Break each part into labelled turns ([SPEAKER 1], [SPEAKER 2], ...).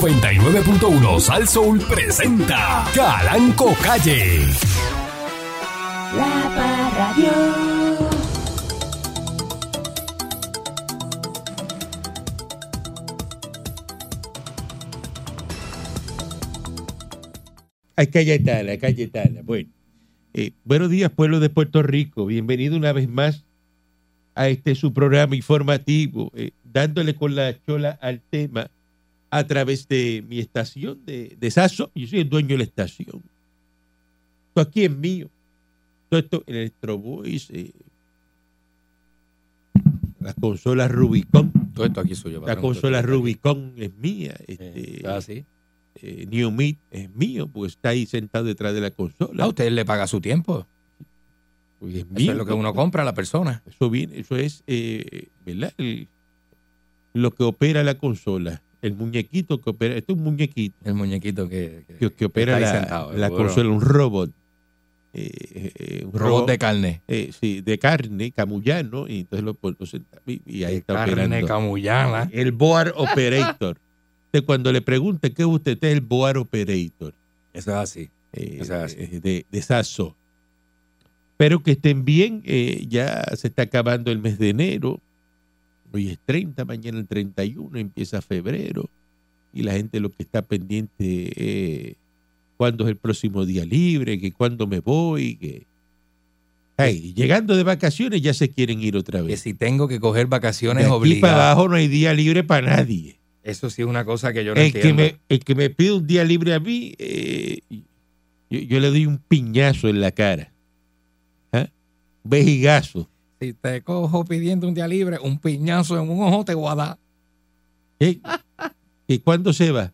[SPEAKER 1] 99.1 Sal Soul presenta Calanco Calle.
[SPEAKER 2] La Parradio.
[SPEAKER 3] Hay que agitarla, hay que agitarla. Bueno, eh, buenos días, pueblo de Puerto Rico. Bienvenido una vez más a este su programa informativo, eh, dándole con la chola al tema a través de mi estación de, de Sasso. Yo soy el dueño de la estación. Esto aquí es mío. Todo esto, el Electro Boys, eh, las consolas Rubicon.
[SPEAKER 4] Todo esto aquí soy yo.
[SPEAKER 3] La
[SPEAKER 4] patrón.
[SPEAKER 3] consola
[SPEAKER 4] Todo esto aquí.
[SPEAKER 3] Rubicon es mía.
[SPEAKER 4] Eh,
[SPEAKER 3] Este,
[SPEAKER 4] ah, sí.
[SPEAKER 3] eh, New Meat es mío, pues está ahí sentado detrás de la
[SPEAKER 4] A
[SPEAKER 3] consola.
[SPEAKER 4] Ah, usted le paga su tiempo.
[SPEAKER 3] Pues es
[SPEAKER 4] Eso
[SPEAKER 3] mío.
[SPEAKER 4] es lo que uno compra a la persona.
[SPEAKER 3] Eso viene, eso es, eh, ¿verdad? El- lo que opera la consola. El muñequito que opera, esto es un muñequito
[SPEAKER 4] El muñequito que, que-
[SPEAKER 3] que, que opera
[SPEAKER 4] está ahí
[SPEAKER 3] la,
[SPEAKER 4] sentado,
[SPEAKER 3] la
[SPEAKER 4] seguro.
[SPEAKER 3] consola, un robot. Eh, eh, eh, un
[SPEAKER 4] robot de carne.
[SPEAKER 3] eh, sí, de carne, camullano, y entonces lo pongo sentado y, y ahí está
[SPEAKER 4] carne
[SPEAKER 3] operando.
[SPEAKER 4] camullana.
[SPEAKER 3] El Board Operator. Entonces, cuando le pregunte qué es usted, usted es el Board Operator
[SPEAKER 4] Eso es así.
[SPEAKER 3] eh,
[SPEAKER 4] O sea, sí.
[SPEAKER 3] de, de- de Sasso. Espero que estén bien. eh, ya se está acabando el mes de enero. Hoy es 30, mañana el 31, empieza febrero. Y la gente lo que está pendiente eh, cuándo es el próximo día libre, que cuándo me voy, que... Ay, llegando de vacaciones ya se quieren ir otra
[SPEAKER 4] Que
[SPEAKER 3] vez.
[SPEAKER 4] si tengo que coger
[SPEAKER 3] De
[SPEAKER 4] vacaciones
[SPEAKER 3] aquí para
[SPEAKER 4] obligadas.
[SPEAKER 3] abajo no hay día libre para nadie.
[SPEAKER 4] Eso sí es una cosa que yo no
[SPEAKER 3] El que,
[SPEAKER 4] entiendo.
[SPEAKER 3] me, el que me pide un día libre a mí, eh, yo, yo le doy un piñazo en la cara. ¿Ah? Un vejigazo.
[SPEAKER 4] Si te cojo pidiendo un día libre, un piñazo en un ojo te voy a dar.
[SPEAKER 3] ¿Eh? ¿Y cuándo se va?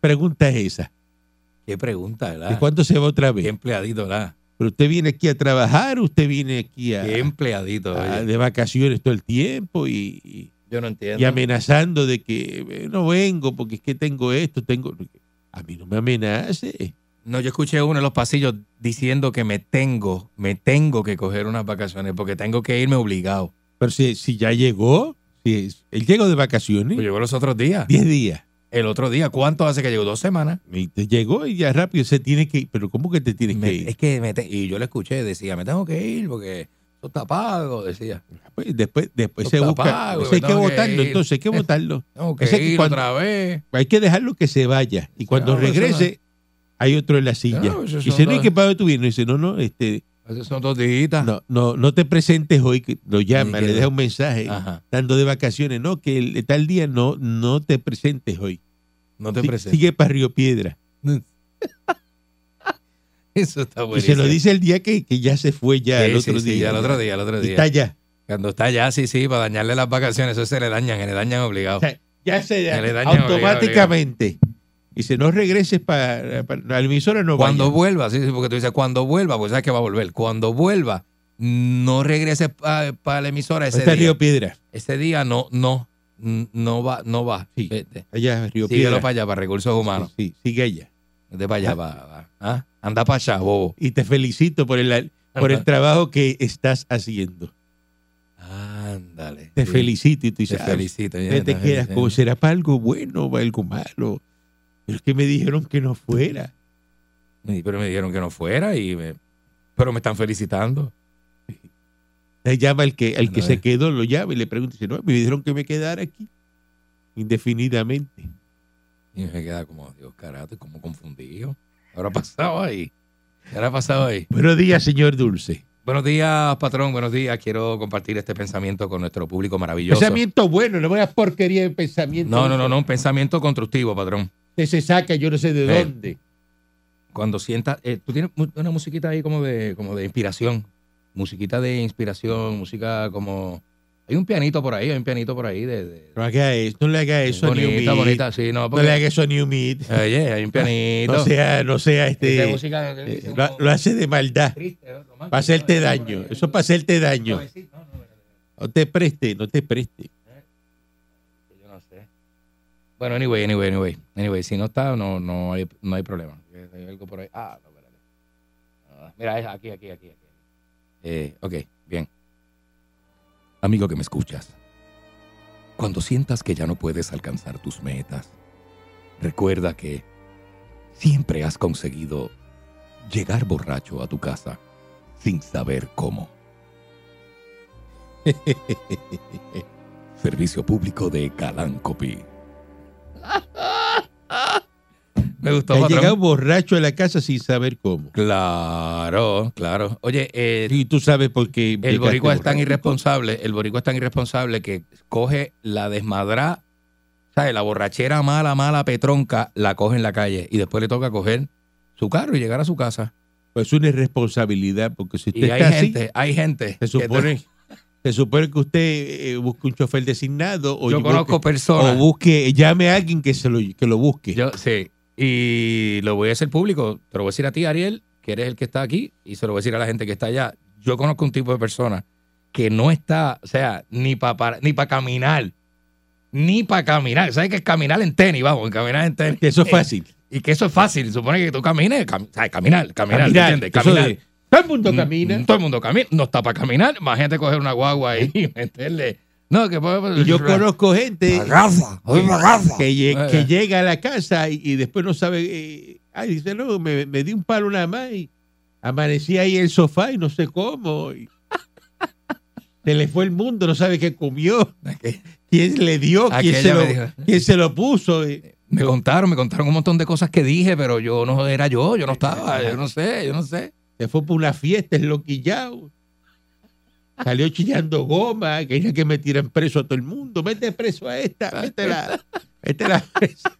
[SPEAKER 3] Pregunta es esa.
[SPEAKER 4] Qué pregunta,
[SPEAKER 3] ¿Y
[SPEAKER 4] ¿verdad?
[SPEAKER 3] cuándo se va otra
[SPEAKER 4] Qué
[SPEAKER 3] vez?
[SPEAKER 4] empleadito, ¿verdad?
[SPEAKER 3] ¿Pero usted viene aquí a trabajar? ¿Usted viene aquí a,
[SPEAKER 4] Qué empleadito.
[SPEAKER 3] a-
[SPEAKER 4] oye.
[SPEAKER 3] de vacaciones todo el tiempo? Y, y-
[SPEAKER 4] Yo no entiendo.
[SPEAKER 3] y amenazando de que eh, no vengo porque es que tengo esto, tengo... A mí no me amenace.
[SPEAKER 4] No, yo escuché uno en los pasillos diciendo que me tengo, me tengo que coger unas vacaciones porque tengo que irme obligado.
[SPEAKER 3] Pero si, si ya llegó, si es- él llegó de vacaciones,
[SPEAKER 4] Pues llegó los otros días.
[SPEAKER 3] 10 días.
[SPEAKER 4] El otro día, ¿cuánto hace que llegó? Dos semanas.
[SPEAKER 3] Y te llegó y ya rápido se tiene que ir. Pero ¿cómo que te tienes
[SPEAKER 4] Me-
[SPEAKER 3] que ir?
[SPEAKER 4] es que me te- y yo le escuché, decía, me tengo que ir porque esto está pago, decía.
[SPEAKER 3] Pues después después
[SPEAKER 4] Los
[SPEAKER 3] se busca.
[SPEAKER 4] papás, güey,
[SPEAKER 3] Eso hay que
[SPEAKER 4] tengo que
[SPEAKER 3] votarlo,
[SPEAKER 4] ir. Eh.
[SPEAKER 3] entonces hay que votarlo.
[SPEAKER 4] Tengo que
[SPEAKER 3] Ese que
[SPEAKER 4] ir
[SPEAKER 3] cuando-
[SPEAKER 4] otra vez.
[SPEAKER 3] Hay que dejarlo que se vaya. Y cuando
[SPEAKER 4] No, eso
[SPEAKER 3] regrese, hay otro en la silla.
[SPEAKER 4] No,
[SPEAKER 3] y
[SPEAKER 4] eso son
[SPEAKER 3] dice, no, ¿y
[SPEAKER 4] dos-
[SPEAKER 3] qué para tú vienes? Y dice, no, no, este,
[SPEAKER 4] Hace son dos días.
[SPEAKER 3] no, no, no te presentes hoy, que lo llama,
[SPEAKER 4] Ni
[SPEAKER 3] le
[SPEAKER 4] Ah. que- Ah.
[SPEAKER 3] deja un mensaje,
[SPEAKER 4] Ajá.
[SPEAKER 3] dando de vacaciones, no, que el, tal día no, no te presentes hoy.
[SPEAKER 4] No te
[SPEAKER 3] Si-
[SPEAKER 4] presentes.
[SPEAKER 3] Sigue para Río Piedra.
[SPEAKER 4] Eso está
[SPEAKER 3] Y
[SPEAKER 4] buenísimo.
[SPEAKER 3] se lo dice el día que, que ya se fue ya
[SPEAKER 4] Sí,
[SPEAKER 3] el
[SPEAKER 4] sí,
[SPEAKER 3] otro
[SPEAKER 4] sí,
[SPEAKER 3] día.
[SPEAKER 4] al otro día, al otro
[SPEAKER 3] Y
[SPEAKER 4] día.
[SPEAKER 3] está ya.
[SPEAKER 4] Cuando está ya, sí, sí, para dañarle las vacaciones, eso se le dañan, se le dañan obligado.
[SPEAKER 3] O sea, ya se
[SPEAKER 4] Que le dañan
[SPEAKER 3] automáticamente. Y si no regreses para, para la emisora, no
[SPEAKER 4] Cuando
[SPEAKER 3] vayas.
[SPEAKER 4] vuelva, sí, sí, porque tú dices, cuando vuelva, pues sabes que va a volver. Cuando vuelva, no regreses para la emisora ese
[SPEAKER 3] Está Este
[SPEAKER 4] día.
[SPEAKER 3] Río Piedra.
[SPEAKER 4] Ese día no, no, n- no va, no va.
[SPEAKER 3] Sí.
[SPEAKER 4] Vete.
[SPEAKER 3] Allá, Río
[SPEAKER 4] Síguelo
[SPEAKER 3] Piedra.
[SPEAKER 4] para allá, para recursos humanos.
[SPEAKER 3] Sí, sí, sigue allá.
[SPEAKER 4] Vete para allá, para, ¿ah? anda para allá, bobo.
[SPEAKER 3] Y te felicito por el, por el trabajo que estás haciendo.
[SPEAKER 4] Ándale.
[SPEAKER 3] Te
[SPEAKER 4] Sí.
[SPEAKER 3] felicito y tú
[SPEAKER 4] Te
[SPEAKER 3] dices, ah,
[SPEAKER 4] felicito. ya,
[SPEAKER 3] no te
[SPEAKER 4] te
[SPEAKER 3] quieras,
[SPEAKER 4] felicito.
[SPEAKER 3] como será para algo bueno o algo malo. Pero es que me dijeron que no fuera.
[SPEAKER 4] Sí, Pero me dijeron que no fuera y me- pero me están felicitando.
[SPEAKER 3] Le llama el que, el que
[SPEAKER 4] No,
[SPEAKER 3] se
[SPEAKER 4] eh.
[SPEAKER 3] quedó, lo llama y le pregunta, dice, no, me dijeron que me quedara aquí indefinidamente.
[SPEAKER 4] Y me queda como, Dios carajo, como confundido. ¿Qué habrá pasado ahí? ¿Qué habrá pasado ahí?
[SPEAKER 3] Buenos días, señor Dulce.
[SPEAKER 4] Buenos días, patrón. Buenos días. Quiero compartir este pensamiento con nuestro público maravilloso.
[SPEAKER 3] Pensamiento bueno, no una porquería de pensamiento.
[SPEAKER 4] No, no, no, no. Un pensamiento constructivo, patrón.
[SPEAKER 3] Usted se saca yo no sé de
[SPEAKER 4] Eh.
[SPEAKER 3] dónde.
[SPEAKER 4] Cuando sientas. eh, tú tienes mu- una musiquita ahí como de, como de inspiración. Musiquita de inspiración, música como. Hay un pianito por ahí, hay un pianito por ahí de. de-
[SPEAKER 3] No, haga eso, no le haga eso a New
[SPEAKER 4] bonita,
[SPEAKER 3] Meat.
[SPEAKER 4] bonita. Sí, no,
[SPEAKER 3] No
[SPEAKER 4] porque-
[SPEAKER 3] le haga eso a New Meat.
[SPEAKER 4] Oye, hay un pianito.
[SPEAKER 3] No sea, no sea
[SPEAKER 4] Esa
[SPEAKER 3] este.
[SPEAKER 4] música, eh,
[SPEAKER 3] eh, lo, lo hace de maldad,
[SPEAKER 4] triste, eh, romántica,
[SPEAKER 3] para hacerte
[SPEAKER 4] eh,
[SPEAKER 3] daño.
[SPEAKER 4] eh,
[SPEAKER 3] Eso es para hacerte daño.
[SPEAKER 4] suavecito, no, no,
[SPEAKER 3] No te preste, no te preste.
[SPEAKER 4] Que Yo no sé. Bueno, anyway, anyway, anyway. Anyway, si no está, no, no, hay, no hay problema. Hay algo por ahí. Ah, no, espérate. Ah, mira, es aquí, aquí, aquí. aquí. Eh, ok, bien. Amigo que me escuchas, cuando sientas que ya no puedes alcanzar tus metas, Recuerda que siempre has conseguido llegar borracho a tu casa sin saber cómo. Servicio público de Calancopi. Me gustó.
[SPEAKER 3] Ha
[SPEAKER 4] patrón.
[SPEAKER 3] llegado borracho a la casa sin saber cómo.
[SPEAKER 4] Claro, claro. Oye, eh,
[SPEAKER 3] Y tú sabes por qué.
[SPEAKER 4] el boricua es tan
[SPEAKER 3] llegaste borracho.
[SPEAKER 4] irresponsable, el boricua es tan irresponsable que coge la desmadrá, ¿sabes? La borrachera mala, mala petronca, la coge en la calle y después le toca coger su carro y llegar a su casa.
[SPEAKER 3] Pues es una irresponsabilidad, porque si usted
[SPEAKER 4] Y hay
[SPEAKER 3] está así,
[SPEAKER 4] gente, hay gente.
[SPEAKER 3] se
[SPEAKER 4] que te-
[SPEAKER 3] supone, se supone que usted eh, busque un chofer designado o
[SPEAKER 4] yo
[SPEAKER 3] busque-
[SPEAKER 4] conozco personas.
[SPEAKER 3] O busque, llame a alguien que se lo, que lo busque.
[SPEAKER 4] Yo, sí. Y lo voy a hacer público. Te lo voy a decir a ti, Ariel, que eres el que está aquí, y se lo voy a decir a la gente que está allá. Yo conozco un tipo de persona que no está, o sea, ni para ni pa caminar. Ni para caminar. ¿Sabes que es caminar en tenis? Vamos, caminar en tenis.
[SPEAKER 3] que eso es fácil.
[SPEAKER 4] Y que eso es fácil. Supone que tú camines, cam- ¿sabes? caminar, caminar,
[SPEAKER 3] Caminar,
[SPEAKER 4] ¿entiendes?
[SPEAKER 3] eso
[SPEAKER 4] Caminar.
[SPEAKER 3] de, Todo el mundo
[SPEAKER 4] Mm,
[SPEAKER 3] camina.
[SPEAKER 4] mm, Todo el mundo camina. No está para caminar. Más gente coger una guagua ahí y meterle. No, que
[SPEAKER 3] Y yo conozco gente
[SPEAKER 4] Agaza,
[SPEAKER 3] que, lle-
[SPEAKER 4] Eh.
[SPEAKER 3] que llega a la casa y, y después no sabe. eh, ah, dice, no, me, me di un palo nada más y amanecí ahí en el sofá y no sé cómo. y se le fue el mundo, no sabe qué comió, quién le dio, quién,
[SPEAKER 4] Aquella
[SPEAKER 3] se lo,
[SPEAKER 4] me dijo.
[SPEAKER 3] quién se lo puso. y-
[SPEAKER 4] Me contaron, me contaron un montón de cosas que dije, pero yo no era yo, yo no estaba, yo no sé, yo no sé.
[SPEAKER 3] Se fue por una fiesta, es loquillado. Salió chillando goma, quería que me tiran preso a todo el mundo. Mete preso a esta, métela, métela presa.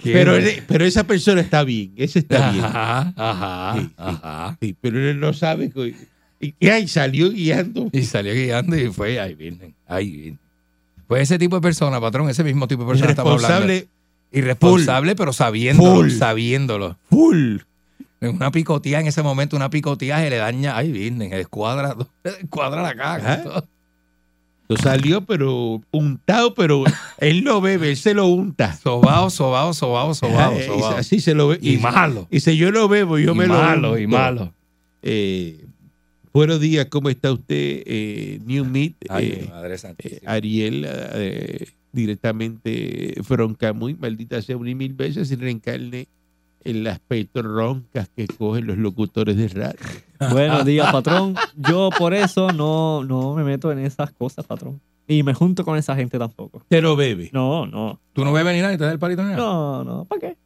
[SPEAKER 3] Pero, él- pero esa persona está bien, ese está bien.
[SPEAKER 4] Ajá, ajá,
[SPEAKER 3] Sí, sí.
[SPEAKER 4] ajá.
[SPEAKER 3] Sí, pero él no sabe. co- ¿Y qué hay? Salió guiando.
[SPEAKER 4] Y salió guiando y fue, ay, virgen, ay, virgen. Pues ese tipo de persona, patrón, ese mismo tipo de persona estamos hablando.
[SPEAKER 3] Responsable
[SPEAKER 4] Irresponsable, pero sabiéndolo,
[SPEAKER 3] Full.
[SPEAKER 4] sabiéndolo.
[SPEAKER 3] full.
[SPEAKER 4] Una picotía en ese momento, una picotía se le daña, ay, virgen, descuadra, descuadra la caja.
[SPEAKER 3] Ajá. Lo salió, pero untado, pero él no bebe, él se lo unta.
[SPEAKER 4] Sobao, sobao, sobao, sobao,
[SPEAKER 3] Eh, y
[SPEAKER 4] sobao.
[SPEAKER 3] así se lo bebe.
[SPEAKER 4] Y malo,
[SPEAKER 3] Dice, yo no bebo, yo
[SPEAKER 4] y
[SPEAKER 3] me lo
[SPEAKER 4] malo, y
[SPEAKER 3] unto.
[SPEAKER 4] malo.
[SPEAKER 3] Eh, buenos días, ¿cómo está usted? Eh, New Meet,
[SPEAKER 4] Ay,
[SPEAKER 3] eh,
[SPEAKER 4] mi madre
[SPEAKER 3] eh,
[SPEAKER 4] santísima.
[SPEAKER 3] Ariel, eh, directamente Froncamuy, maldita sea una y mil veces, y reencarne el aspecto roncas que cogen los locutores de radio.
[SPEAKER 5] Buenos días, patrón. Yo por eso no, no me meto en esas cosas, patrón. Y me junto con esa gente tampoco.
[SPEAKER 3] Pero bebe.
[SPEAKER 5] No, no.
[SPEAKER 4] ¿Tú no bebes ni nada y te das el palito ni nada?
[SPEAKER 5] No, no. ¿Para qué?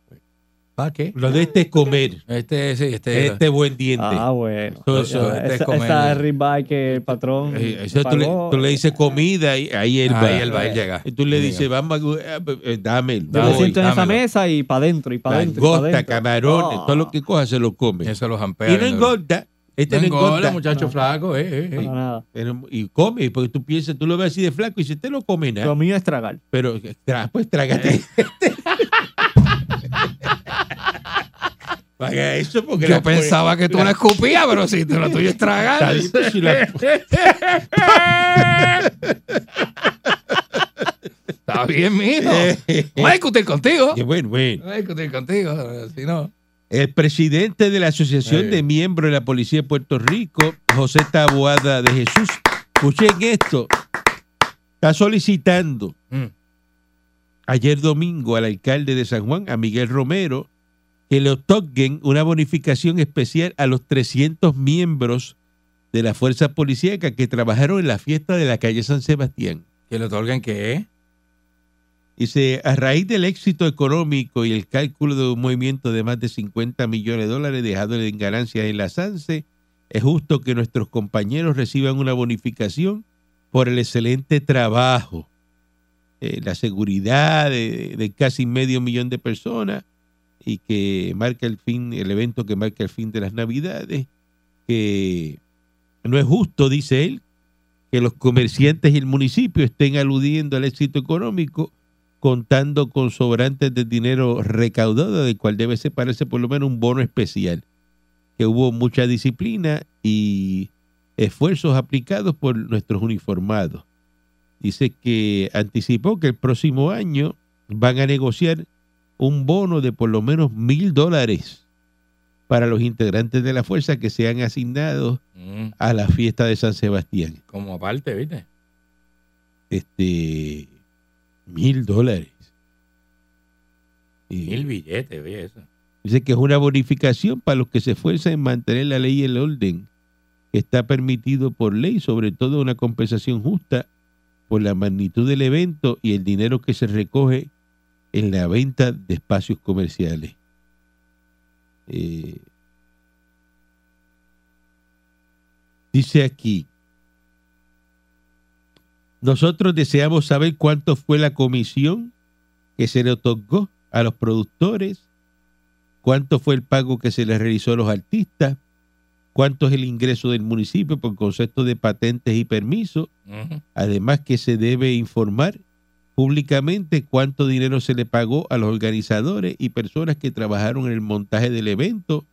[SPEAKER 4] ¿Para qué?
[SPEAKER 3] Lo de este es comer,
[SPEAKER 4] Este, sí, este.
[SPEAKER 3] este buen diente.
[SPEAKER 5] Ah, bueno.
[SPEAKER 3] Eso- eso-
[SPEAKER 4] este es
[SPEAKER 5] esa
[SPEAKER 4] comer.
[SPEAKER 5] esa ribeye que el patrón.
[SPEAKER 3] eh, eso tú, le,
[SPEAKER 5] pagó.
[SPEAKER 3] tú le dices comida y ahí él
[SPEAKER 4] ahí
[SPEAKER 3] va.
[SPEAKER 4] él va, él llega.
[SPEAKER 3] Y tú le
[SPEAKER 4] Llega.
[SPEAKER 3] dices, vamos, a- eh, eh, dame el
[SPEAKER 5] Yo
[SPEAKER 4] Dale,
[SPEAKER 5] me siento en esa
[SPEAKER 4] dámelo.
[SPEAKER 5] mesa y para adentro, y para adentro.
[SPEAKER 3] langosta, camarones,
[SPEAKER 5] Ah.
[SPEAKER 3] todo lo que coja se lo come.
[SPEAKER 4] Eso los ampea.
[SPEAKER 3] Y no engorda. Este no engorda.
[SPEAKER 4] muchacho
[SPEAKER 5] No.
[SPEAKER 4] flaco, eh, eh, eh.
[SPEAKER 5] Para nada.
[SPEAKER 3] Pero- y come, porque tú piensas, tú lo ves así de flaco y dices, te lo come nada.
[SPEAKER 5] Lo mío es tragar.
[SPEAKER 3] Pero tra- pues trágate. Paga eso porque
[SPEAKER 4] Yo
[SPEAKER 3] la-
[SPEAKER 4] pensaba que tú la escupías, pero si te lo tuyo es
[SPEAKER 3] Está
[SPEAKER 4] tragar.
[SPEAKER 3] bien, pero si la-
[SPEAKER 4] Está bien, mijo.
[SPEAKER 3] Eh,
[SPEAKER 4] Voy a discutir contigo.
[SPEAKER 3] Que bueno, bueno.
[SPEAKER 4] Voy a discutir contigo. eh, Si no.
[SPEAKER 3] El presidente de la Asociación
[SPEAKER 4] Ahí.
[SPEAKER 3] de Miembros de la Policía de Puerto Rico, José Taboada de Jesús, escuchen esto, está solicitando
[SPEAKER 4] Mm.
[SPEAKER 3] ayer domingo al alcalde de San Juan, a Miguel Romero, que le otorguen una bonificación especial a los 300 miembros de la Fuerza Policíaca que trabajaron en la fiesta de la calle San Sebastián.
[SPEAKER 4] Que le otorguen qué.
[SPEAKER 3] Dice, a raíz del éxito económico y el cálculo de un movimiento de más de 50 millones de dólares dejado en ganancias en la SANSE, es justo que nuestros compañeros reciban una bonificación por el excelente trabajo, eh, la seguridad de, de casi medio millón de personas y que marca el fin, el evento que marca el fin de las Navidades, que no es justo, dice él, que los comerciantes y el municipio estén aludiendo al éxito económico contando con sobrantes de dinero recaudado, del cual debe separarse por lo menos un bono especial. Que hubo mucha disciplina y esfuerzos aplicados por nuestros uniformados. Dice que anticipó que el próximo año van a negociar un bono de por lo menos mil dólares para los integrantes de la fuerza que sean asignados
[SPEAKER 4] Mm,
[SPEAKER 3] a la fiesta de San Sebastián.
[SPEAKER 4] Como aparte, ¿viste?
[SPEAKER 3] Este, mil dólares.
[SPEAKER 4] Mil billetes, oye, eso.
[SPEAKER 3] Dice que es una bonificación para los que se esfuerzan en mantener la ley y el orden que está permitido por ley, sobre todo una compensación justa por la magnitud del evento y el dinero que se recoge en la venta de espacios comerciales. Eh, dice aquí, nosotros deseamos saber cuánto fue la comisión que se le otorgó a los productores, cuánto fue el pago que se les realizó a los artistas, cuánto es el ingreso del municipio por concepto de patentes y permisos,
[SPEAKER 4] Ujú.
[SPEAKER 3] además que se debe informar públicamente cuánto dinero se le pagó a los organizadores y personas que trabajaron en el montaje del evento,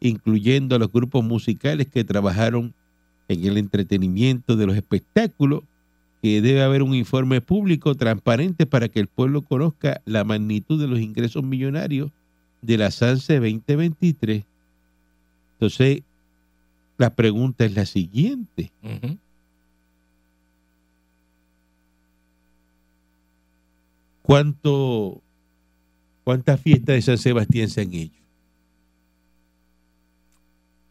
[SPEAKER 3] incluyendo a los grupos musicales que trabajaron en el entretenimiento de los espectáculos, que debe haber un informe público transparente para que el pueblo conozca la magnitud de los ingresos millonarios de la SANSE 2023. Entonces, la pregunta es la siguiente.
[SPEAKER 4] Ujú.
[SPEAKER 3] cuánto, cuántas fiestas de San Sebastián se han hecho.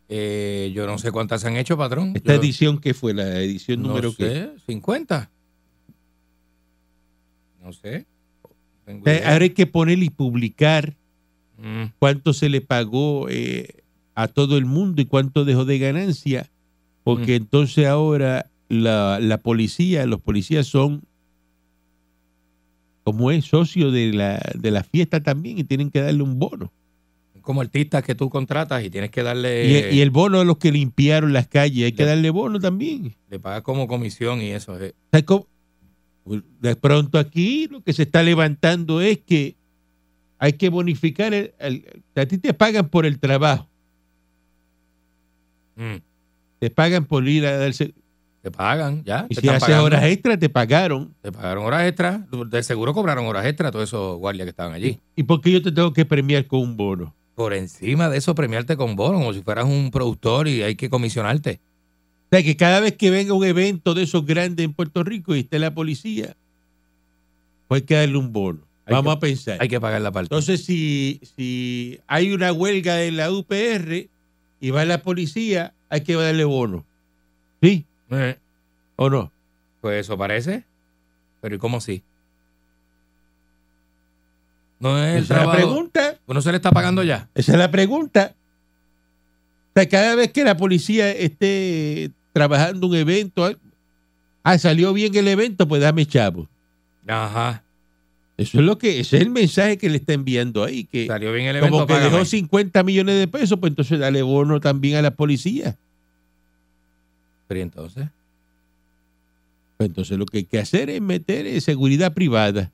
[SPEAKER 4] Eh, yo no sé cuántas se han hecho, patrón.
[SPEAKER 3] Esta
[SPEAKER 4] Yo-
[SPEAKER 3] edición que fue la edición número
[SPEAKER 4] no
[SPEAKER 3] que
[SPEAKER 4] sé, 50. No sé. No tengo idea.
[SPEAKER 3] ahora hay que poner y publicar
[SPEAKER 4] Mm,
[SPEAKER 3] cuánto se le pagó eh, a todo el mundo y cuánto dejó de ganancia, porque
[SPEAKER 4] Mm.
[SPEAKER 3] entonces ahora la, la policía, los policías son como es socio de la, de la fiesta también y tienen que darle un bono.
[SPEAKER 4] Como artistas que tú contratas y tienes que darle.
[SPEAKER 3] Y el- y, el bono de los que limpiaron las calles, hay que
[SPEAKER 4] de-
[SPEAKER 3] darle bono también.
[SPEAKER 4] Le pagas como comisión y eso. eh.
[SPEAKER 3] O sea, como- De pronto aquí lo que se está levantando es que hay que bonificar. el- el- a ti te pagan por el trabajo,
[SPEAKER 4] Mm,
[SPEAKER 3] te pagan por ir a darse.
[SPEAKER 4] Te pagan, ya.
[SPEAKER 3] Y
[SPEAKER 4] te
[SPEAKER 3] si
[SPEAKER 4] están
[SPEAKER 3] haces
[SPEAKER 4] pagando.
[SPEAKER 3] horas extra, te pagaron.
[SPEAKER 4] Te pagaron horas extra. De seguro cobraron horas extra todos esos guardias que estaban allí.
[SPEAKER 3] ¿Y por qué yo te tengo que premiar con un bono?
[SPEAKER 4] Por encima de eso, premiarte con bono, como si fueras un productor y hay que comisionarte.
[SPEAKER 3] O sea, que cada vez que venga un evento de esos grandes en Puerto Rico y esté la policía, pues hay que darle un bono.
[SPEAKER 4] Hay
[SPEAKER 3] Vamos
[SPEAKER 4] que-
[SPEAKER 3] a pensar.
[SPEAKER 4] Hay que pagar la parte.
[SPEAKER 3] Entonces, si, si hay una huelga en la UPR y va la policía, hay que darle bono. ¿Sí
[SPEAKER 4] Eh,
[SPEAKER 3] o no?
[SPEAKER 4] Pues eso parece. Pero ¿y cómo sí? No es
[SPEAKER 3] Esa
[SPEAKER 4] el
[SPEAKER 3] es la
[SPEAKER 4] trabajo.
[SPEAKER 3] pregunta.
[SPEAKER 4] ¿No se le está pagando ya?
[SPEAKER 3] Esa es la pregunta. O sea, cada vez que la policía esté trabajando un evento, ah, ah, salió bien el evento, pues dame chavo.
[SPEAKER 4] Ajá.
[SPEAKER 3] Eso es lo que, ese es el mensaje que le está enviando ahí, que
[SPEAKER 4] Salió bien el evento.
[SPEAKER 3] como que
[SPEAKER 4] págame.
[SPEAKER 3] dejó 50 millones de pesos, pues entonces dale bono también a la policía.
[SPEAKER 4] Pero ¿y entonces,
[SPEAKER 3] Pues entonces lo que hay que hacer es meter eh, seguridad privada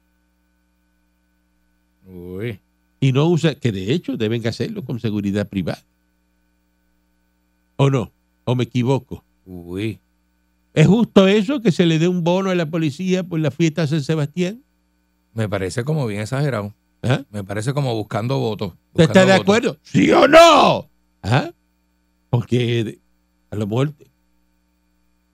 [SPEAKER 4] uy,
[SPEAKER 3] y no usa, que de hecho deben hacerlo con seguridad privada. ¿O no? ¿O me equivoco?
[SPEAKER 4] uy,
[SPEAKER 3] ¿Es justo eso que se le dé un bono a la policía por la fiesta de San Sebastián?
[SPEAKER 4] me parece como bien exagerado.
[SPEAKER 3] ¿Ah?
[SPEAKER 4] Me parece como buscando votos.
[SPEAKER 3] ¿Usted
[SPEAKER 4] buscando
[SPEAKER 3] está de
[SPEAKER 4] votos.
[SPEAKER 3] acuerdo? ¿Sí o no? ¿Ah? Porque de- a lo mejor te-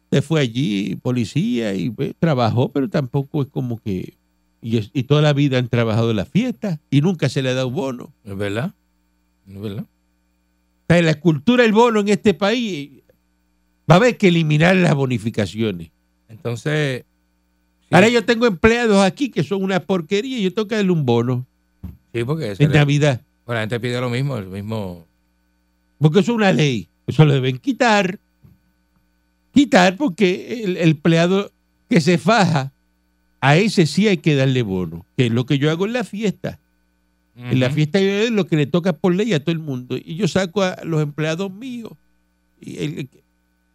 [SPEAKER 3] usted fue allí, policía, y pues, trabajó, pero tampoco es como que... Y, es- y toda la vida han trabajado en la fiesta y nunca se le ha dado bono.
[SPEAKER 4] ¿Es verdad? ¿Es verdad?
[SPEAKER 3] O sea, en la cultura del bono en este país eh, va a haber que eliminar las bonificaciones.
[SPEAKER 4] Entonces, sí,
[SPEAKER 3] Ahora yo tengo empleados aquí que son una porquería y yo tengo que darle un bono
[SPEAKER 4] sí, porque se
[SPEAKER 3] en
[SPEAKER 4] le-
[SPEAKER 3] Navidad.
[SPEAKER 4] bueno, la gente pide lo mismo, el mismo.
[SPEAKER 3] Porque eso es una ley. Eso lo deben quitar. Quitar porque el, el empleado que se faja, a ese sí hay que darle bono. Que es lo que yo hago en la fiesta. En la
[SPEAKER 4] Ujú.
[SPEAKER 3] fiesta yo es lo que le toca por ley a todo el mundo. Y yo saco a los empleados míos. Y el, el-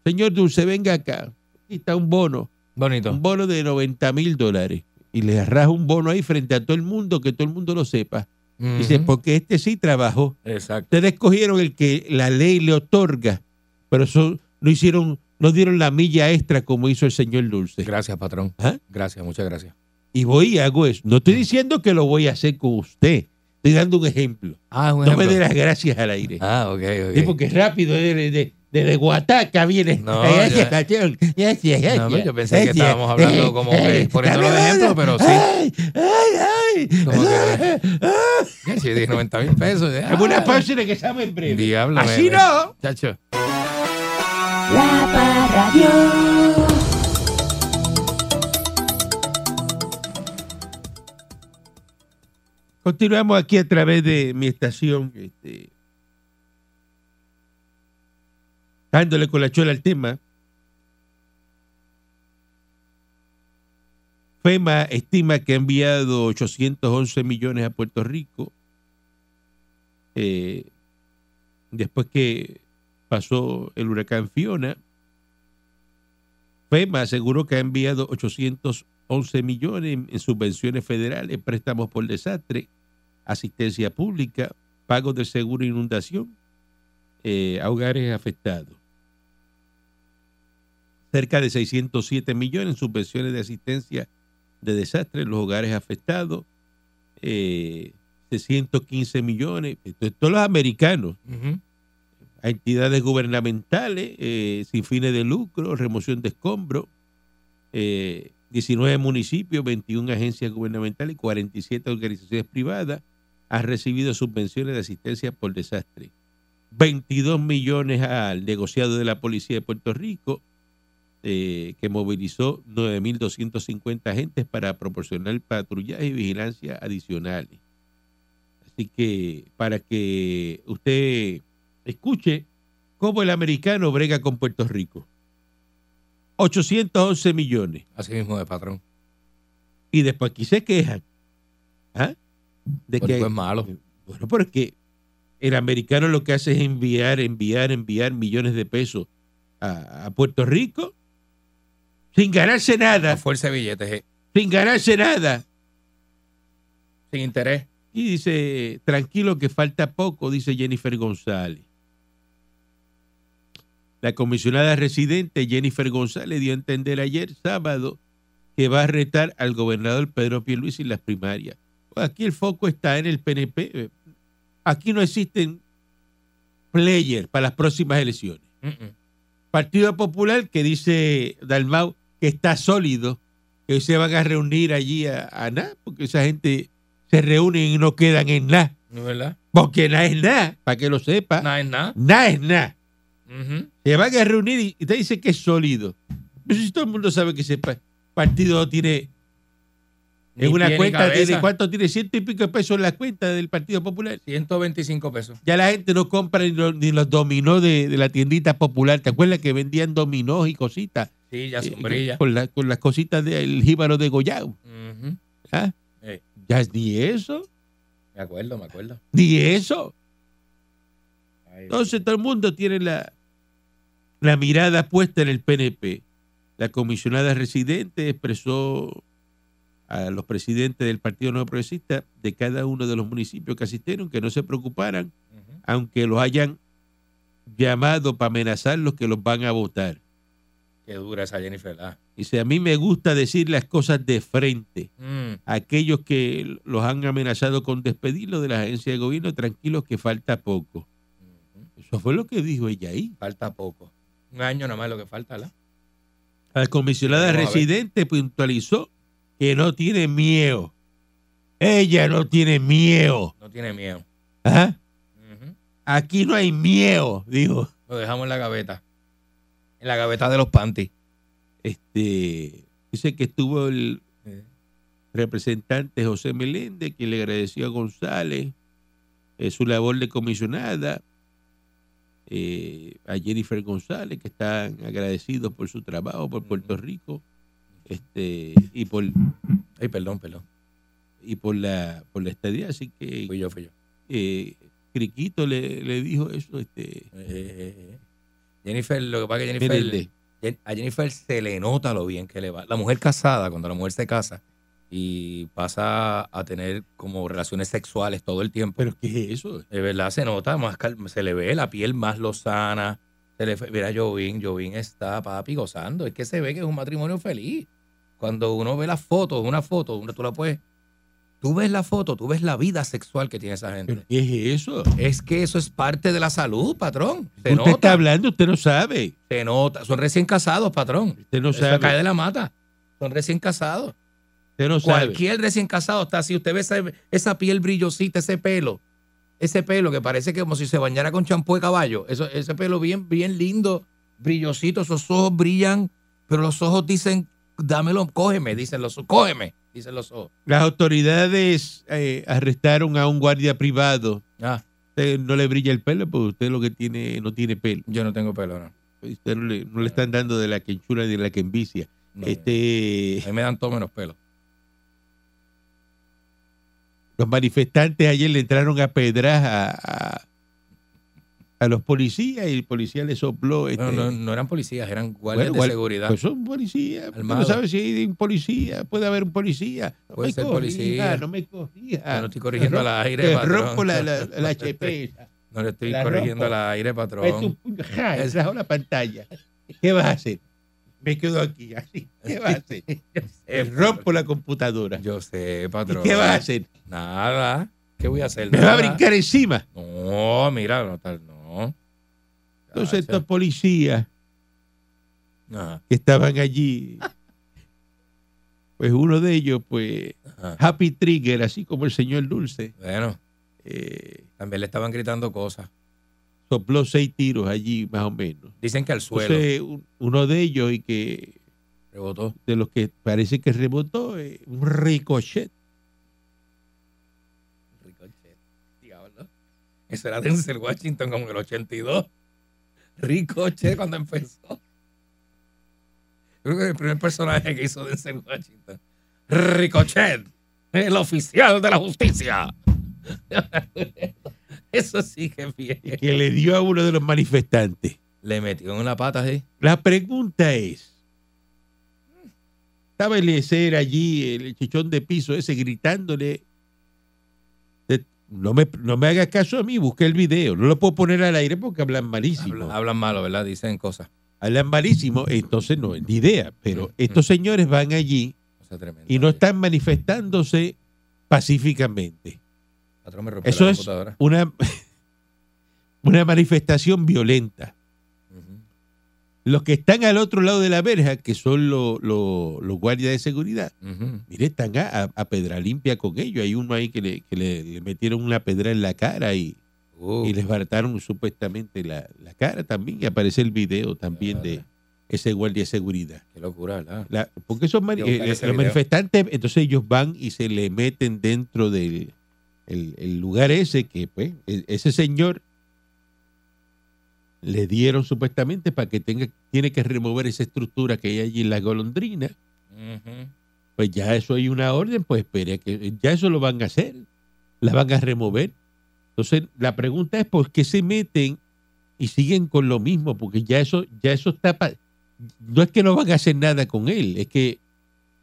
[SPEAKER 3] señor Dulce, venga acá. Aquí está un bono.
[SPEAKER 4] Bonito.
[SPEAKER 3] Un bono de 90 mil dólares. Y le arrajo un bono ahí frente a todo el mundo, que todo el mundo lo sepa.
[SPEAKER 4] Ujú.
[SPEAKER 3] Dice, porque este sí trabajó.
[SPEAKER 4] Exacto.
[SPEAKER 3] Ustedes cogieron el que la ley le otorga, pero eso no hicieron, no dieron la milla extra como hizo el señor Dulce.
[SPEAKER 4] Gracias, patrón.
[SPEAKER 3] ¿Ah?
[SPEAKER 4] Gracias, muchas gracias.
[SPEAKER 3] Y voy y hago eso. No estoy diciendo que lo voy a hacer con usted. Estoy dando un ejemplo.
[SPEAKER 4] Ah, un
[SPEAKER 3] No me
[SPEAKER 4] ejemplo.
[SPEAKER 3] dé las gracias al aire.
[SPEAKER 4] Ah, ok, ok.
[SPEAKER 3] Sí, porque rápido, de, de, de, de- de Guataca viene.
[SPEAKER 4] No,
[SPEAKER 3] Gracias,
[SPEAKER 4] yo-
[SPEAKER 3] patrón. Gracias, gracias.
[SPEAKER 4] No, yo pensé que
[SPEAKER 3] Gracias.
[SPEAKER 4] estábamos hablando como que
[SPEAKER 3] Ay,
[SPEAKER 4] poniéndolo
[SPEAKER 3] dame
[SPEAKER 4] de ejemplo,
[SPEAKER 3] bono.
[SPEAKER 4] pero sí.
[SPEAKER 3] Ay, ay, ay, ¡Ay!
[SPEAKER 4] Como que- Ya, si yo dije 90 mil pesos. ya.
[SPEAKER 3] Es una página que sabe en breve.
[SPEAKER 4] Diablo,
[SPEAKER 3] Así
[SPEAKER 4] me-
[SPEAKER 3] no.
[SPEAKER 4] Chacho.
[SPEAKER 2] La Parra Radio.
[SPEAKER 3] Continuamos aquí a través de mi estación, este, dándole con la chola al tema. FEMA estima que ha enviado 811 millones a Puerto Rico eh, después que pasó el huracán Fiona. FEMA aseguró que ha enviado 811 millones en subvenciones federales, préstamos por desastre, asistencia pública, pagos de seguro e inundación eh, a hogares afectados. Cerca de 607 millones en subvenciones de asistencia de desastre en los hogares afectados. eh, 615 millones. Entonces, todos los americanos
[SPEAKER 4] Ujú.
[SPEAKER 3] a entidades gubernamentales eh, sin fines de lucro, remoción de escombros, eh, 19 municipios, 21 agencias gubernamentales y 47 organizaciones privadas han recibido subvenciones de asistencia por desastre. 22 millones al negociado de la Policía de Puerto Rico, eh, que movilizó 9.250 agentes para proporcionar patrullaje y vigilancia adicionales. Así que para que usted escuche cómo el americano brega con Puerto Rico. 811 millones.
[SPEAKER 4] Así mismo de patrón.
[SPEAKER 3] Y después aquí se quejan. ¿Ah? De
[SPEAKER 4] Por
[SPEAKER 3] que,
[SPEAKER 4] eso es malo.
[SPEAKER 3] bueno, porque el americano lo que hace es enviar, enviar, enviar millones de pesos a, a Puerto Rico sin ganarse
[SPEAKER 4] A
[SPEAKER 3] nada,
[SPEAKER 4] fuerza de billetes, eh.
[SPEAKER 3] sin ganarse nada.
[SPEAKER 4] sin interés.
[SPEAKER 3] Y dice, tranquilo que falta poco, dice Jennifer González. La comisionada residente Jennifer González dio a entender ayer, sábado, que va a retar al gobernador Pedro Pierluisi en las primarias. Pues aquí el foco está en el PNP. Eh, Aquí no existen players para las próximas elecciones.
[SPEAKER 4] Mm-mm.
[SPEAKER 3] Partido Popular, que dice Dalmau, que está sólido, que se van a reunir allí a, a nada, porque esa gente se reúne y no quedan en nada.
[SPEAKER 4] ¿No es verdad?
[SPEAKER 3] Porque nada es nada, para que lo sepa. Nada
[SPEAKER 4] Nada es nada.
[SPEAKER 3] es nada.
[SPEAKER 4] Ujú.
[SPEAKER 3] Se van a reunir y, y te dice que es sólido. Pero si todo el mundo sabe que ese pa- partido tiene,
[SPEAKER 4] Ni
[SPEAKER 3] en una
[SPEAKER 4] pie ni
[SPEAKER 3] cuenta,
[SPEAKER 4] cabeza.
[SPEAKER 3] tiene, ¿cuánto tiene? Ciento y pico de pesos en la cuenta del Partido Popular.
[SPEAKER 4] 125 pesos.
[SPEAKER 3] Ya la gente no compra ni, lo- ni los dominó de, de la tiendita popular. ¿Te acuerdas que vendían dominós y cositas?
[SPEAKER 4] Sí, ya
[SPEAKER 3] Eh,
[SPEAKER 4] sombrilla.
[SPEAKER 3] Con, la- con las cositas del jíbaro de Goyao.
[SPEAKER 4] Ujú.
[SPEAKER 3] ¿ah?
[SPEAKER 4] Eh.
[SPEAKER 3] Ya es ni eso,
[SPEAKER 4] Me acuerdo, me acuerdo.
[SPEAKER 3] ni eso.
[SPEAKER 4] Ay,
[SPEAKER 3] Entonces todo el mundo tiene la, la mirada puesta en el PNP. La comisionada residente expresó a los presidentes del Partido Nuevo Progresista de cada uno de los municipios que asistieron que no se preocuparan
[SPEAKER 4] ujú.
[SPEAKER 3] aunque los hayan llamado para amenazarlos que los van a votar.
[SPEAKER 4] Qué dura esa Jennifer. ah.
[SPEAKER 3] Dice, a mí me gusta decir las cosas de frente.
[SPEAKER 4] Mm.
[SPEAKER 3] aquellos que los han amenazado con despedirlo de las agencias de gobierno, tranquilos que falta poco.
[SPEAKER 4] Ujú.
[SPEAKER 3] Eso fue lo que dijo ella ahí.
[SPEAKER 4] Falta poco. Un año nada más lo que falta, ¿la?
[SPEAKER 3] La comisionada
[SPEAKER 4] Vamos a ver.
[SPEAKER 3] residente puntualizó que no tiene miedo. Ella no tiene miedo.
[SPEAKER 4] No tiene miedo.
[SPEAKER 3] ¿Ah?
[SPEAKER 4] Ujú.
[SPEAKER 3] Aquí no hay miedo, dijo.
[SPEAKER 4] Lo dejamos en la gaveta. En la gaveta de los panties.
[SPEAKER 3] Este, dice que estuvo el representante José Meléndez, quien le agradeció a González eh, su labor de comisionada, eh, a Jennifer González, que están agradecidos por su trabajo por Puerto Rico este, y por
[SPEAKER 4] Ay, perdón, perdón.
[SPEAKER 3] y por la por la estadía. Así
[SPEAKER 4] Fui
[SPEAKER 3] que
[SPEAKER 4] yo, fui yo.
[SPEAKER 3] eh, Criquito le, le dijo eso, este
[SPEAKER 4] Eh, eh, eh. Jennifer, lo que pasa es que Jennifer.
[SPEAKER 3] Meléndez.
[SPEAKER 4] Jen- A Jennifer se le nota lo bien que le va. La mujer casada, cuando la mujer se casa y pasa a tener como relaciones sexuales todo el tiempo,
[SPEAKER 3] Pero qué es eso.
[SPEAKER 4] de verdad se nota, más cal- se le ve la piel más lozana. Se le, fe- mira, Jovín, Jovín está papi gozando. Es que se ve que es un matrimonio feliz. Cuando uno ve las fotos, una foto, una, tú la puedes. Tú ves la foto, tú ves la vida sexual que tiene esa
[SPEAKER 3] Pero
[SPEAKER 4] gente.
[SPEAKER 3] qué es eso.
[SPEAKER 4] Es que eso es parte de la salud, patrón.
[SPEAKER 3] usted
[SPEAKER 4] Se
[SPEAKER 3] está
[SPEAKER 4] nota,
[SPEAKER 3] hablando, usted no sabe.
[SPEAKER 4] se nota. Son recién casados, patrón.
[SPEAKER 3] Usted no
[SPEAKER 4] Eso cae
[SPEAKER 3] sabe.
[SPEAKER 4] de la mata. Son recién casados.
[SPEAKER 3] Usted Usted no sabe.
[SPEAKER 4] Cualquier recién casado está así. Usted ve esa, esa piel brillosita, ese pelo. Ese pelo que parece que como si se bañara con champú de caballo. Eso, ese pelo bien, bien lindo, brillosito. Esos ojos brillan, pero los ojos dicen, dámelo, cógeme, dicen los ojos, cógeme, dicen los ojos.
[SPEAKER 3] Las autoridades eh, arrestaron a un guardia privado.
[SPEAKER 4] Ah,
[SPEAKER 3] Usted no le brilla el pelo, porque usted lo que tiene no tiene pelo.
[SPEAKER 4] yo no tengo pelo, no.
[SPEAKER 3] Usted no le, no le están dando de la que enchula ni de la que envicia.
[SPEAKER 4] No,
[SPEAKER 3] Este,
[SPEAKER 4] A mí me dan todo menos pelo.
[SPEAKER 3] los manifestantes ayer le entraron a pedras a, a- a los policías y el policía le sopló. Este,
[SPEAKER 4] Bueno, no, no eran policías, eran guardias
[SPEAKER 3] Bueno,
[SPEAKER 4] de
[SPEAKER 3] guar-
[SPEAKER 4] seguridad.
[SPEAKER 3] Pues son policías. Usted No
[SPEAKER 4] Armados.
[SPEAKER 3] sabe si hay un policía, puede haber un policía. No
[SPEAKER 4] Puede
[SPEAKER 3] me
[SPEAKER 4] ser
[SPEAKER 3] corrija,
[SPEAKER 4] policía.
[SPEAKER 3] No me corrija.
[SPEAKER 4] Yo no estoy corrigiendo
[SPEAKER 3] Te
[SPEAKER 4] al aire,
[SPEAKER 3] Te
[SPEAKER 4] patrón.
[SPEAKER 3] ah, eh, rompo la, la, la HP. esa.
[SPEAKER 4] No le estoy
[SPEAKER 3] la
[SPEAKER 4] corrigiendo al
[SPEAKER 3] rompo. Pues,
[SPEAKER 4] aire, patrón.
[SPEAKER 3] Es un puño. Ja,
[SPEAKER 4] Es-
[SPEAKER 3] trajo la pantalla. ¿Qué vas a hacer? Me quedo aquí, así. ¿Qué vas a hacer? Te rompo la computadora.
[SPEAKER 4] Yo sé,
[SPEAKER 3] ¿Y
[SPEAKER 4] patrón.
[SPEAKER 3] qué vas a hacer?
[SPEAKER 4] Nada. ¿Qué voy a hacer?
[SPEAKER 3] Me va a
[SPEAKER 4] Nada.
[SPEAKER 3] brincar encima.
[SPEAKER 4] No, mira, no tal, no.
[SPEAKER 3] Entonces
[SPEAKER 4] Cacha.
[SPEAKER 3] estos policías
[SPEAKER 4] Ajá,
[SPEAKER 3] que estaban allí, pues uno de ellos, pues
[SPEAKER 4] ajá.
[SPEAKER 3] Happy Trigger, así como el señor Dulce,
[SPEAKER 4] Bueno,
[SPEAKER 3] eh,
[SPEAKER 4] también le estaban gritando cosas.
[SPEAKER 3] sopló seis tiros allí más o menos.
[SPEAKER 4] Dicen que al suelo
[SPEAKER 3] Entonces, un- uno de ellos y que
[SPEAKER 4] rebotó.
[SPEAKER 3] de los que parece que rebotó eh, un ricochet.
[SPEAKER 4] Ricochet. Diablo. Eso era Denzel Washington como en el 82. Ricochet cuando empezó. Creo que el primer personaje que hizo Denzel Washington. Ricochet, el oficial de la justicia. Eso sí que es bien.
[SPEAKER 3] que le dio a uno de los manifestantes.
[SPEAKER 4] Le metió en una pata, sí.
[SPEAKER 3] La pregunta es, ¿estaba Eliezer allí, el chichón de piso ese, gritándole? de- no, me, no me haga caso a mí, busqué el video. No lo puedo poner al aire porque hablan malísimo.
[SPEAKER 4] Hablan, hablan malo, ¿verdad? Dicen cosas.
[SPEAKER 3] Hablan malísimo, entonces no es ni idea. Pero estos señores van allí
[SPEAKER 4] cosas tremendas.
[SPEAKER 3] y no están manifestándose pacíficamente.
[SPEAKER 4] Patrón, me rompió
[SPEAKER 3] Eso
[SPEAKER 4] la
[SPEAKER 3] es-
[SPEAKER 4] computadora.
[SPEAKER 3] Una, una manifestación violenta.
[SPEAKER 4] Ujú.
[SPEAKER 3] Los que están al otro lado de la verja, que son lo- lo- los guardias de seguridad,
[SPEAKER 4] Ujú.
[SPEAKER 3] mire, están a, a- a pedra limpia con ellos. Hay uno ahí que, le, que le- le metieron una pedra en la cara y,
[SPEAKER 4] Uh,
[SPEAKER 3] y les barataron supuestamente la, la cara también. Y aparece el video también de ese guardia de seguridad.
[SPEAKER 4] Qué locura, ¿verdad?
[SPEAKER 3] La- porque esos mani-
[SPEAKER 4] Yo buscaré
[SPEAKER 3] eh,
[SPEAKER 4] ese
[SPEAKER 3] los
[SPEAKER 4] video.
[SPEAKER 3] manifestantes, entonces ellos van y se le meten dentro del el, el lugar ese que, pues, e- ese señor le dieron supuestamente para que tenga, tiene que remover esa estructura que hay allí en la golondrina.
[SPEAKER 4] Ujú.
[SPEAKER 3] Pues ya eso hay una orden, pues espere, que ya eso lo van a hacer, la van a remover. Entonces, la pregunta es por qué se meten y siguen con lo mismo, porque ya eso, ya eso está pa- no es que no van a hacer nada con él, es que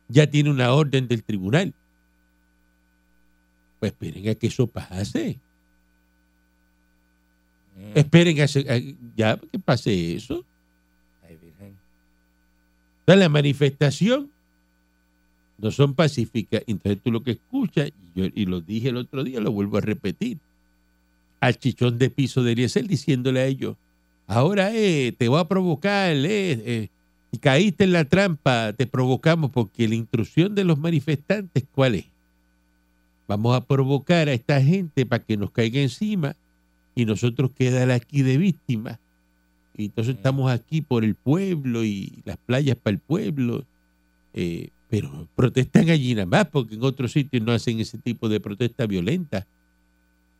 [SPEAKER 3] ya tiene una orden del tribunal. Pues esperen a que eso pase.
[SPEAKER 4] Mm.
[SPEAKER 3] Esperen a, se- a- ya que pase eso.
[SPEAKER 4] Ay, virgen.
[SPEAKER 3] O sea, la manifestación no son pacíficas. Entonces tú lo que escuchas, y, yo- y lo dije el otro día, lo vuelvo a repetir, al chichón de piso de Eliezer diciéndole a ellos, ahora eh, te voy a provocar, eh, eh, y caíste en la trampa, te provocamos, porque la intrusión de los manifestantes, ¿cuál es? Vamos a provocar a esta gente para que nos caiga encima y nosotros quedar aquí de víctimas. Y entonces estamos aquí por el pueblo y las playas para el pueblo. eh, pero protestan allí nada más porque en otros sitios no hacen ese tipo de protesta violenta.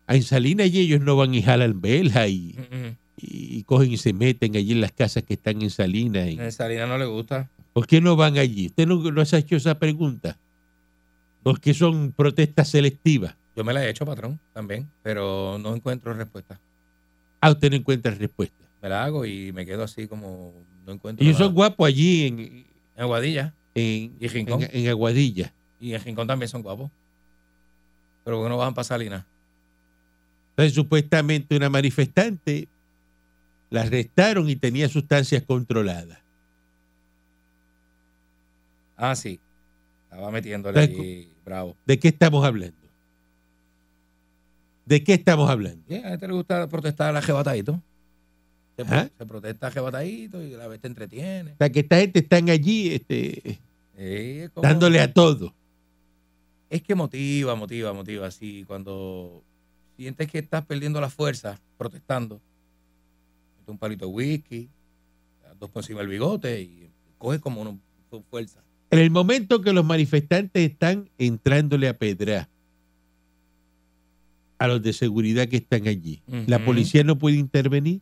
[SPEAKER 3] A en Salinas y ellos no van y jalan vela y,
[SPEAKER 4] Mm,
[SPEAKER 3] y cogen y se meten allí en las casas que están en Salinas.
[SPEAKER 4] mm.
[SPEAKER 3] en-
[SPEAKER 4] A Salina no le gusta.
[SPEAKER 3] ¿Por qué no van allí? Usted no, no se ha hecho esa pregunta. Porque son protestas selectivas.
[SPEAKER 4] Yo me la he hecho, patrón, también, pero no encuentro respuesta.
[SPEAKER 3] Ah, usted no encuentra respuesta.
[SPEAKER 4] Me la hago y me quedo así como no encuentro.
[SPEAKER 3] Ellos son
[SPEAKER 4] nada.
[SPEAKER 3] guapos allí en,
[SPEAKER 4] En Aguadilla
[SPEAKER 3] en,
[SPEAKER 4] ¿Y Rincón?
[SPEAKER 3] en- en Aguadilla.
[SPEAKER 4] y en Rincón también son guapos. Pero ¿por qué no bajan para Salinas?
[SPEAKER 3] Entonces, supuestamente una manifestante la arrestaron y tenía sustancias controladas.
[SPEAKER 4] Ah, sí. Estaba metiéndole
[SPEAKER 3] Está
[SPEAKER 4] ahí, bravo.
[SPEAKER 3] ¿De qué estamos hablando? ¿De qué estamos hablando?
[SPEAKER 4] Sí, a este le gusta protestar a jebatadito. Se, pro-
[SPEAKER 3] Ajá.
[SPEAKER 4] se protesta a jebatadito y a la vez te entretiene.
[SPEAKER 3] O sea, que esta gente están allí este,
[SPEAKER 4] Sí, es como-
[SPEAKER 3] dándole a todo.
[SPEAKER 4] Es que motiva, motiva, motiva. Así cuando sientes que estás perdiendo la fuerza protestando, mete un palito de whisky, dos por encima del bigote y coges como una tu fuerza.
[SPEAKER 3] En el momento que los manifestantes están entrándole a pedra a los de seguridad que están allí,
[SPEAKER 4] Ujú.
[SPEAKER 3] la policía no puede intervenir.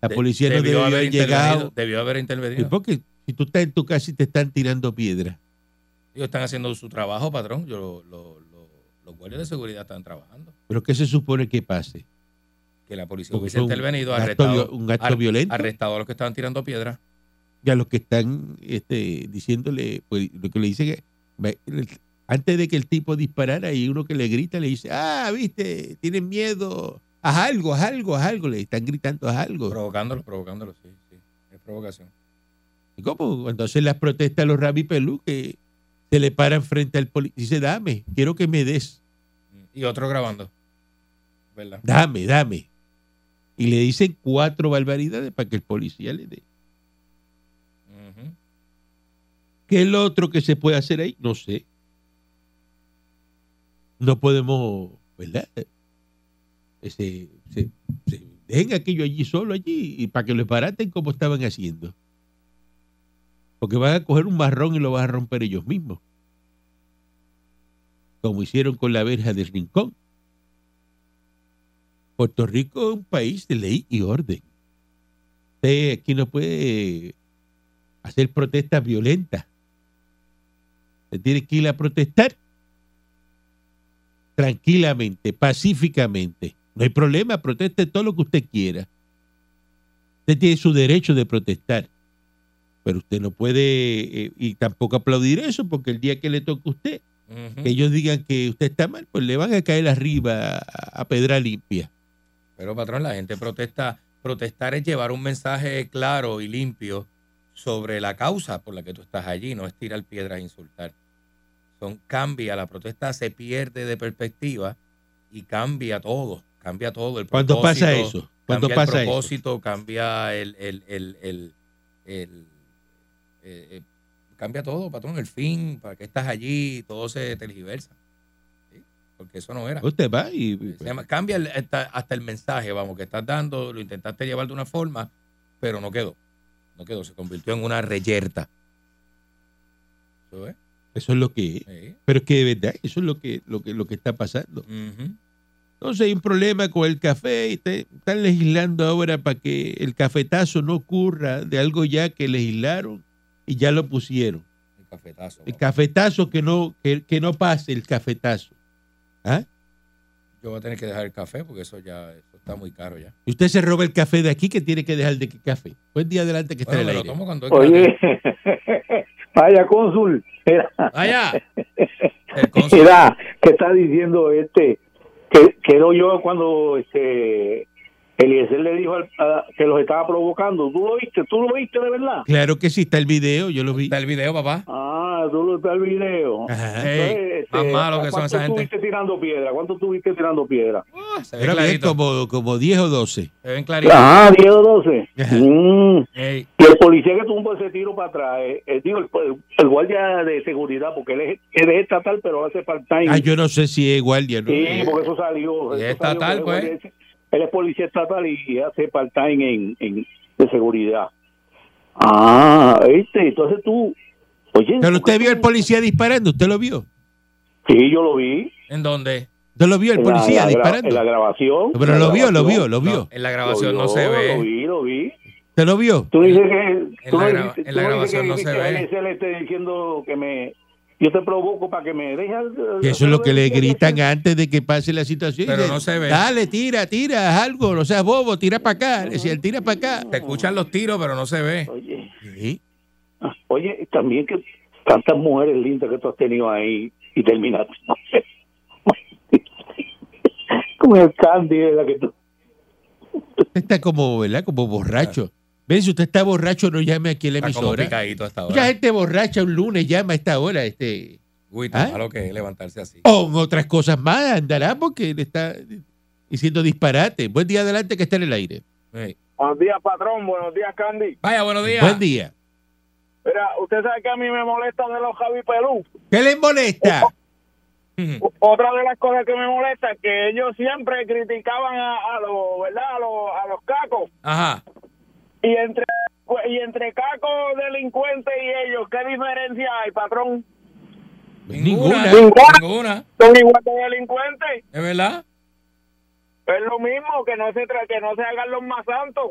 [SPEAKER 3] La
[SPEAKER 4] De-
[SPEAKER 3] policía no debió haber
[SPEAKER 4] intervenido,
[SPEAKER 3] llegado.
[SPEAKER 4] Debió haber
[SPEAKER 3] ¿Y
[SPEAKER 4] intervenido.
[SPEAKER 3] por qué? Si tú estás en tu casa y te están tirando piedra.
[SPEAKER 4] Ellos están haciendo su trabajo, patrón. Yo, lo- lo- lo- los guardias de seguridad están trabajando.
[SPEAKER 3] ¿Pero qué se supone que pase?
[SPEAKER 4] Que la policía
[SPEAKER 3] Porque
[SPEAKER 4] hubiese
[SPEAKER 3] fue un
[SPEAKER 4] intervenido,
[SPEAKER 3] acto
[SPEAKER 4] arrestado,
[SPEAKER 3] vio- un acto
[SPEAKER 4] ar-
[SPEAKER 3] violento.
[SPEAKER 4] arrestado a los que estaban tirando piedras.
[SPEAKER 3] Y a los que están este, diciéndole, pues lo que le dicen es, ve, el- antes de que el tipo disparara, hay uno que le grita, le dice, ah, viste, tienen miedo, haz algo, haz algo, haz algo, le están gritando, haz algo.
[SPEAKER 4] Provocándolos, provocándolos, sí, sí. Es provocación.
[SPEAKER 3] ¿Cómo? Cuando hacen las protestas los Rabi Pelú, que se le paran frente al policía, dice, dame, quiero que me des,
[SPEAKER 4] Y otro grabando. ¿Verdad?
[SPEAKER 3] dame, dame. Y le dicen cuatro barbaridades para que el policía le dé.
[SPEAKER 4] Ujú.
[SPEAKER 3] ¿Qué es lo otro que se puede hacer ahí? No sé. No podemos, ¿verdad? Ese, se, se- dejen aquello allí solo allí y para que lo baraten como estaban haciendo. Porque van a coger un marrón y lo van a romper ellos mismos. Como hicieron con la verja del rincón. Puerto Rico es un país de ley y orden. Usted aquí no puede hacer protestas violentas. Se tiene que ir a protestar tranquilamente, pacíficamente. No hay problema, proteste todo lo que usted quiera. Usted tiene su derecho de protestar, pero usted no puede eh, y tampoco aplaudir eso porque el día que le toque a usted,
[SPEAKER 4] Ujú.
[SPEAKER 3] que ellos digan que usted está mal, pues le van a caer arriba a, a pedra limpia.
[SPEAKER 4] Pero patrón, la gente protesta. Protestar es llevar un mensaje claro y limpio sobre la causa por la que tú estás allí, no es tirar piedras e insultar. Son cambia, la protesta se pierde de perspectiva y cambia todo, cambia todo. El
[SPEAKER 3] ¿Cuándo
[SPEAKER 4] propósito,
[SPEAKER 3] pasa eso? ¿Cuándo
[SPEAKER 4] cambia
[SPEAKER 3] pasa
[SPEAKER 4] el
[SPEAKER 3] eso?
[SPEAKER 4] propósito, cambia el, el, el, el- el- eh, eh, cambia todo, patrón, el fin, para qué estás allí, todo se tergiversa. ¿sí? Porque eso no era.
[SPEAKER 3] Usted va y...
[SPEAKER 4] Se llama- cambia el- hasta, hasta el mensaje, vamos, que estás dando, lo intentaste llevar de una forma, pero no quedó. No quedó, se convirtió en una reyerta. ¿Eso es?
[SPEAKER 3] Eso es lo que es.
[SPEAKER 4] Sí.
[SPEAKER 3] Pero es que de verdad, eso es lo que, lo que, lo que está pasando.
[SPEAKER 4] Ujú.
[SPEAKER 3] Entonces hay un problema con el café y te- están legislando ahora para que el cafetazo no ocurra de algo ya que legislaron y ya lo pusieron.
[SPEAKER 4] El cafetazo.
[SPEAKER 3] El
[SPEAKER 4] vamos.
[SPEAKER 3] cafetazo que no, que, que no pase, el cafetazo. ¿Ah?
[SPEAKER 4] Yo voy a tener que dejar el café porque eso ya eso está muy caro ya.
[SPEAKER 3] Y usted se roba el café de aquí que tiene que dejar de que café. Buen día adelante que está
[SPEAKER 4] Bueno,
[SPEAKER 3] en
[SPEAKER 4] me
[SPEAKER 3] Este el aire.
[SPEAKER 4] lo tomo cuando es gratis.
[SPEAKER 6] Oye, vaya cónsul, mira,
[SPEAKER 4] Vaya. El cónsul.
[SPEAKER 6] mira, ¿qué está diciendo este? Que quedó yo cuando este Eliezer le dijo al- a- que los estaba provocando. ¿Tú lo viste? ¿Tú lo viste de verdad?
[SPEAKER 3] Claro que sí, está el video, yo lo vi.
[SPEAKER 4] Está el video, papá.
[SPEAKER 6] Ah, tú lo está el video.
[SPEAKER 3] Ajá.
[SPEAKER 4] Ey,
[SPEAKER 6] Entonces,
[SPEAKER 4] más
[SPEAKER 6] este,
[SPEAKER 4] malo que son esa
[SPEAKER 6] ¿Cuánto
[SPEAKER 4] gente.
[SPEAKER 6] estuviste tirando piedra? ¿Cuánto estuviste tirando piedra?
[SPEAKER 4] Ah, se ven
[SPEAKER 3] Era bien
[SPEAKER 4] clarito.
[SPEAKER 3] como, como 10 o 12.
[SPEAKER 4] Se ven clarito.
[SPEAKER 6] Ah, 10 o 12.
[SPEAKER 3] Ajá.
[SPEAKER 6] Mm.
[SPEAKER 4] Ey,
[SPEAKER 6] Y el policía que tumbó ese tiro para atrás, eh, eh, digo, el, el guardia de seguridad, porque él es, él es estatal, pero hace part-time.
[SPEAKER 3] Ah, yo no sé si es guardia. ¿no?
[SPEAKER 6] Sí,
[SPEAKER 3] Eh,
[SPEAKER 6] porque eso salió.
[SPEAKER 4] Y
[SPEAKER 6] eso
[SPEAKER 4] es estatal,
[SPEAKER 6] salió,
[SPEAKER 4] pues.
[SPEAKER 6] Él es, él es policía estatal y hace part-time en, en- de seguridad. Ah, ¿viste? Entonces tú. Oye.
[SPEAKER 3] Pero usted
[SPEAKER 6] ¿por qué
[SPEAKER 3] vio
[SPEAKER 6] tú-
[SPEAKER 3] al policía disparando, usted lo vio.
[SPEAKER 6] Sí, yo lo vi.
[SPEAKER 4] ¿En dónde?
[SPEAKER 3] Usted lo vio el
[SPEAKER 6] en la-
[SPEAKER 3] policía
[SPEAKER 6] la gra-
[SPEAKER 3] disparando.
[SPEAKER 6] En la grabación.
[SPEAKER 3] Pero
[SPEAKER 6] en la
[SPEAKER 3] lo vio, lo
[SPEAKER 6] grabación.
[SPEAKER 3] vio, lo vio.
[SPEAKER 4] No, en la grabación
[SPEAKER 6] Lo
[SPEAKER 4] no se
[SPEAKER 6] vio,
[SPEAKER 4] ve.
[SPEAKER 6] Lo vi, lo vi.
[SPEAKER 3] ¿Usted lo vio?
[SPEAKER 6] Tú dices que.
[SPEAKER 4] En
[SPEAKER 6] tú
[SPEAKER 4] la
[SPEAKER 6] no
[SPEAKER 4] gra-
[SPEAKER 6] dijiste-
[SPEAKER 4] en
[SPEAKER 6] tú
[SPEAKER 4] la
[SPEAKER 6] no
[SPEAKER 4] grabación no
[SPEAKER 6] dijiste
[SPEAKER 4] se
[SPEAKER 6] que
[SPEAKER 4] ve.
[SPEAKER 6] NSL esté diciendo que me. Yo te provoco para que me dejas.
[SPEAKER 3] Que eso es lo que le gritan antes de que pase la situación.
[SPEAKER 4] Pero
[SPEAKER 3] Dicen,
[SPEAKER 4] no se ve.
[SPEAKER 3] Dale, tira, tira, haz algo, no seas bobo, tira para acá. Le decían, tira para acá.
[SPEAKER 4] Se escuchan los tiros, pero no se ve.
[SPEAKER 6] Oye.
[SPEAKER 3] Sí.
[SPEAKER 6] Ah, Oye, también que tantas mujeres lindas que tú has tenido ahí y terminaste. no sé. Con el candy de la que tú.
[SPEAKER 3] Usted está como, ¿verdad? Como borracho. Ve, si usted está borracho, no llame aquí a la
[SPEAKER 4] Está como
[SPEAKER 3] emisora.
[SPEAKER 4] picadito ¿eh? hasta
[SPEAKER 3] Mucha
[SPEAKER 4] ahora.
[SPEAKER 3] gente borracha un lunes llama a esta hora, este.
[SPEAKER 4] Uy, tan
[SPEAKER 3] ¿Ah?
[SPEAKER 4] malo que es levantarse así.
[SPEAKER 3] O en otras cosas más, andará porque le está diciendo disparate. Buen día adelante que está en el aire.
[SPEAKER 4] Ey.
[SPEAKER 7] Buenos días, patrón. Buenos días, Candy.
[SPEAKER 4] Vaya, buenos días.
[SPEAKER 3] Buen día.
[SPEAKER 7] Mira, usted sabe que a mí me molesta de los Javi Perú.
[SPEAKER 3] ¿Qué le molesta?
[SPEAKER 8] Otra de las cosas que me molesta es que ellos siempre criticaban a, a los, ¿verdad? A los, a los cacos.
[SPEAKER 4] Ajá.
[SPEAKER 8] Y entre pues, y entre caco delincuente y ellos, ¿qué diferencia hay, patrón?
[SPEAKER 3] Pues
[SPEAKER 4] Ninguna.
[SPEAKER 8] Ninguna.
[SPEAKER 4] Ninguna.
[SPEAKER 8] Son igual de delincuentes.
[SPEAKER 4] ¿Es verdad?
[SPEAKER 8] Es lo mismo que no se tra- que no se hagan los más santos.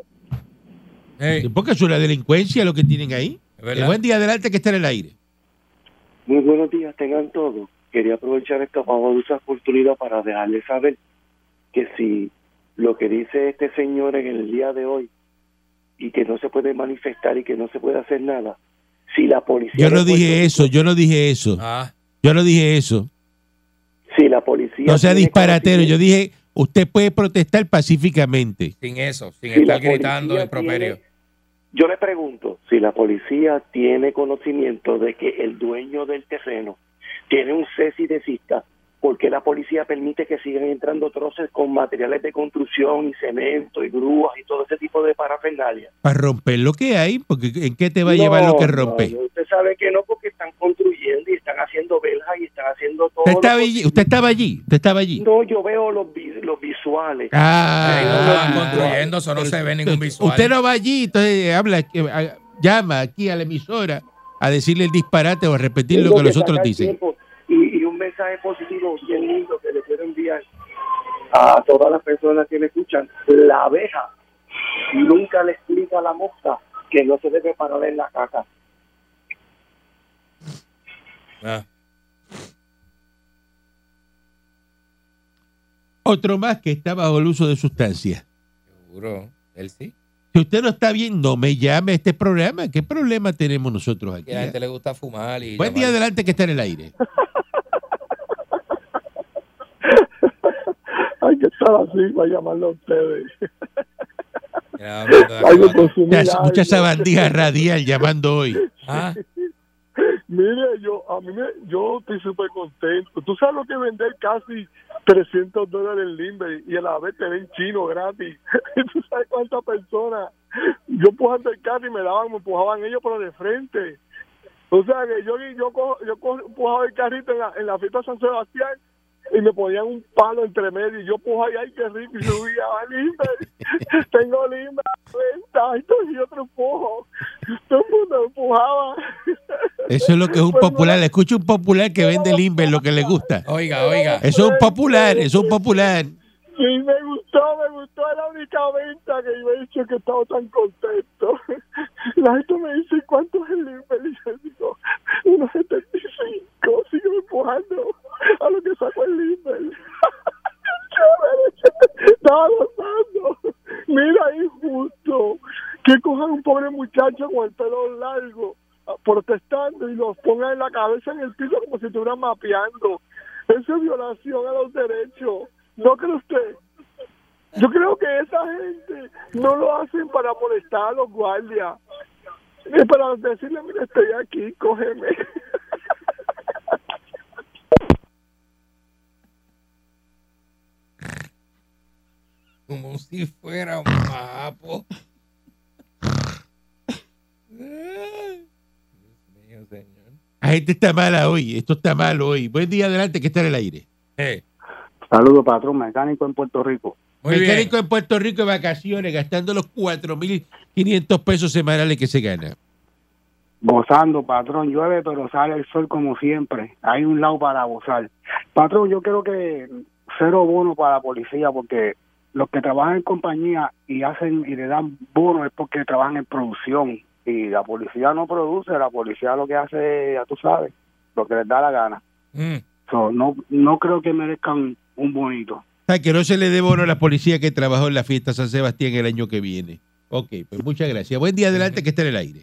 [SPEAKER 4] Ey,
[SPEAKER 3] Porque eso es la delincuencia lo que tienen ahí.
[SPEAKER 4] Eh. Es verdad.
[SPEAKER 3] El buen día adelante que está en el aire.
[SPEAKER 6] Muy buenos días, tengan todos. Quería aprovechar esta fabulosa oportunidad para dejarles saber que si lo que dice este señor en el día de hoy y que no se puede manifestar y que no se puede hacer nada, si la policía...
[SPEAKER 3] Yo no
[SPEAKER 6] de Puerto
[SPEAKER 3] dije eso, yo no dije eso.
[SPEAKER 4] Ah,
[SPEAKER 3] Yo no dije eso.
[SPEAKER 6] Rico- Si la policía...
[SPEAKER 3] No sea
[SPEAKER 6] tiene
[SPEAKER 3] disparatero. Yo
[SPEAKER 6] conocimiento-
[SPEAKER 3] dije, usted puede protestar pacíficamente.
[SPEAKER 4] sin eso, sin
[SPEAKER 6] si la
[SPEAKER 4] estar gritando
[SPEAKER 6] policía
[SPEAKER 4] el properio.
[SPEAKER 6] tiene- Yo le pregunto, si la policía tiene conocimiento de que el dueño del terreno tiene un cese y desista, ¿por qué la policía permite que sigan entrando troces con materiales de construcción y cemento y grúas y todo ese tipo de parafernalia?
[SPEAKER 3] Para romper lo que hay, porque ¿en qué te va a llevar
[SPEAKER 6] No,
[SPEAKER 3] lo que
[SPEAKER 6] no,
[SPEAKER 3] rompe?
[SPEAKER 6] no, usted sabe que no, porque están construyendo y están haciendo beljas y están haciendo todo.
[SPEAKER 3] Usted estaba
[SPEAKER 6] lo
[SPEAKER 3] allí, usted estaba allí, usted estaba allí.
[SPEAKER 6] No, yo veo los, vi- los visuales.
[SPEAKER 3] Ah,
[SPEAKER 4] Están construyendo, eso no se ve ningún visual.
[SPEAKER 3] Usted no va allí, entonces habla, eh, ah, llama aquí a la emisora a decirle el disparate o a repetir lo
[SPEAKER 6] Tengo
[SPEAKER 3] que los
[SPEAKER 6] sacar
[SPEAKER 3] otros dicen.
[SPEAKER 6] tiempo Y, y un mensaje positivo bien lindo que le quiero enviar a todas las personas que me escuchan. La abeja nunca le explica a la mosca que no se debe parar en la caca.
[SPEAKER 4] Ah,
[SPEAKER 3] Otro más que está bajo el uso de sustancias.
[SPEAKER 4] seguro. Él sí.
[SPEAKER 3] Si usted no está bien, no me llame a este programa. ¿Qué problema tenemos nosotros aquí?
[SPEAKER 4] Que a la gente le gusta fumar y.
[SPEAKER 3] Buen día
[SPEAKER 4] llamar.
[SPEAKER 3] adelante que está en el aire.
[SPEAKER 7] Hay que estar así para llamarlo a ustedes.
[SPEAKER 4] Mira, hablando de
[SPEAKER 7] Hay que
[SPEAKER 4] acuario.
[SPEAKER 7] consumir
[SPEAKER 3] Muchas,
[SPEAKER 7] algo.
[SPEAKER 3] muchas sabandijas radial llamando hoy.
[SPEAKER 4] Ah,
[SPEAKER 7] Mire, yo, a mí me- yo estoy súper contento. Tú sabes lo que es vender casi 300 dólares en Limber y a la vez te ven chino gratis. Tú sabes cuántas personas. Yo empujando el carro y me daban, me empujaban ellos, pero de frente. O sea que yo, yo, co- yo co- empujaba el carrito en la, en la fiesta de San Sebastián y me ponían un palo entre medio y yo empujaba y ay qué rico y subía a Limber tengo Limber venta y yo otro empujo todo el mundo empujaba
[SPEAKER 3] Eso es lo que es un popular. Escucha un popular que vende limber lo que le gusta.
[SPEAKER 4] oiga, oiga.
[SPEAKER 3] Eso es un popular, eso es un popular.
[SPEAKER 7] Sí, me gustó, me gustó la única venta que yo he hecho que he estado tan contento. La gente me dice, ¿cuánto es el nivel? Y yo digo, unos 75, sigo empujando a lo que saco el nivel. Chévere, estaba gozando. Mira, injusto que cojan un pobre muchacho con el pelo largo ah, protestando y los pongan en la cabeza en el piso como si estuvieran mapeando. Eso es violación a los derechos. ¿No cree usted? Yo creo que esa gente no lo hacen para molestar a los guardias. Es para decirle, mira, estoy aquí, cógeme.
[SPEAKER 4] Como si fuera un mapo. Dios mío, señor.
[SPEAKER 3] La gente está mala hoy, esto está mal hoy. Buen día adelante que está en el aire.
[SPEAKER 4] Eh,
[SPEAKER 7] Saludos, patrón mecánico en Puerto Rico.
[SPEAKER 4] muy bien.
[SPEAKER 3] Mecánico en Puerto Rico de vacaciones, gastando los 4.500 pesos semanales que se gana.
[SPEAKER 7] Gozando, patrón, llueve, pero sale el sol como siempre. Hay un lado para gozar. Patrón, yo creo que cero bono para la policía, porque los que trabajan en compañía y hacen y le dan bono es porque trabajan en producción. Y la policía no produce, la policía lo que hace, ya tú sabes, lo que les da la gana.
[SPEAKER 4] Mm,
[SPEAKER 7] So, no, no creo que merezcan un bonito.
[SPEAKER 3] O sea, Ah, que no se le dé bono a la policía que trabajó en la fiesta San Sebastián el año que viene. Ok, pues muchas gracias. Buen día adelante que está en el aire.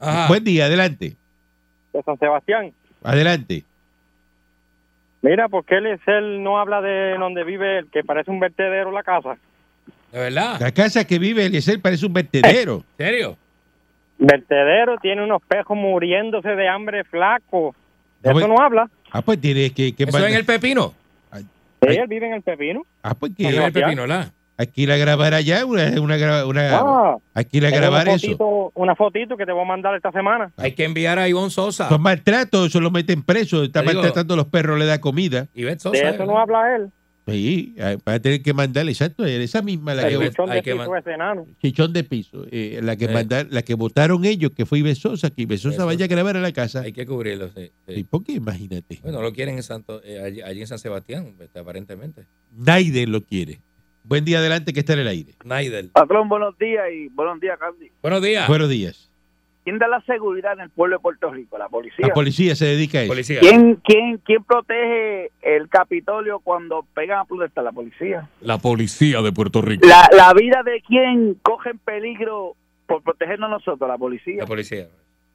[SPEAKER 4] Ajá.
[SPEAKER 3] Buen día adelante.
[SPEAKER 8] De San Sebastián.
[SPEAKER 3] Adelante.
[SPEAKER 8] Mira, porque él, él no habla de donde vive él, que parece un vertedero la casa.
[SPEAKER 4] De verdad.
[SPEAKER 3] La casa que vive Eliezer parece un vertedero.
[SPEAKER 4] ¿En serio?
[SPEAKER 8] Vertedero tiene unos pejos muriéndose de hambre flaco. De
[SPEAKER 3] No,
[SPEAKER 8] eso
[SPEAKER 3] pues-
[SPEAKER 8] no habla.
[SPEAKER 3] Ah, pues tiene que... que
[SPEAKER 4] Eso en el pepino.
[SPEAKER 3] Ay.
[SPEAKER 8] Él vive en el pepino.
[SPEAKER 3] Ah, pues que-
[SPEAKER 4] En el
[SPEAKER 8] Sebastián.
[SPEAKER 4] pepino, ¿verdad?
[SPEAKER 3] Aquí la grabar allá, una, una, gra- una-
[SPEAKER 9] Ah,
[SPEAKER 3] aquí la
[SPEAKER 9] Tengo
[SPEAKER 3] grabar
[SPEAKER 9] una
[SPEAKER 3] eso.
[SPEAKER 9] fotito, Una fotito que te voy a mandar esta semana.
[SPEAKER 4] Hay que enviar a Ivonne Sosa.
[SPEAKER 3] Son maltratos, eso lo meten preso. Está
[SPEAKER 4] Te digo-
[SPEAKER 3] maltratando a los perros, le da comida.
[SPEAKER 4] Ivette Sosa.
[SPEAKER 9] De
[SPEAKER 4] ¿verdad?
[SPEAKER 9] eso no habla él.
[SPEAKER 3] Sí, ah, va a tener que mandarle, exacto, esa misma la
[SPEAKER 9] El
[SPEAKER 3] que,
[SPEAKER 9] bichón de
[SPEAKER 4] hay que
[SPEAKER 9] piso ese enano.
[SPEAKER 3] chichón de piso, eh, la que manda- la que votaron ellos, que fue Ibesosa, que Ibesosa
[SPEAKER 4] Ibesosa.
[SPEAKER 3] vaya a grabar a la casa.
[SPEAKER 4] Hay que cubrirlo, sí. sí.
[SPEAKER 3] ¿Y por qué? Imagínate.
[SPEAKER 4] Bueno, lo quieren en Santo, eh, allí, allí en San Sebastián, este, aparentemente.
[SPEAKER 3] Naiden lo quiere. Buen día adelante que está en el aire.
[SPEAKER 4] Naidel.
[SPEAKER 7] Patrón, buenos días y buenos días, Candy.
[SPEAKER 4] Buenos días.
[SPEAKER 3] Buenos días.
[SPEAKER 7] ¿Quién da la seguridad en el pueblo de Puerto Rico? La policía.
[SPEAKER 3] La policía se dedica a eso.
[SPEAKER 4] Policía.
[SPEAKER 7] ¿Quién, quién, ¿Quién protege el Capitolio cuando pegan a protestar? La policía.
[SPEAKER 10] La policía de Puerto Rico.
[SPEAKER 7] La, la vida de quién coge en peligro por protegernos nosotros, la policía.
[SPEAKER 4] La policía.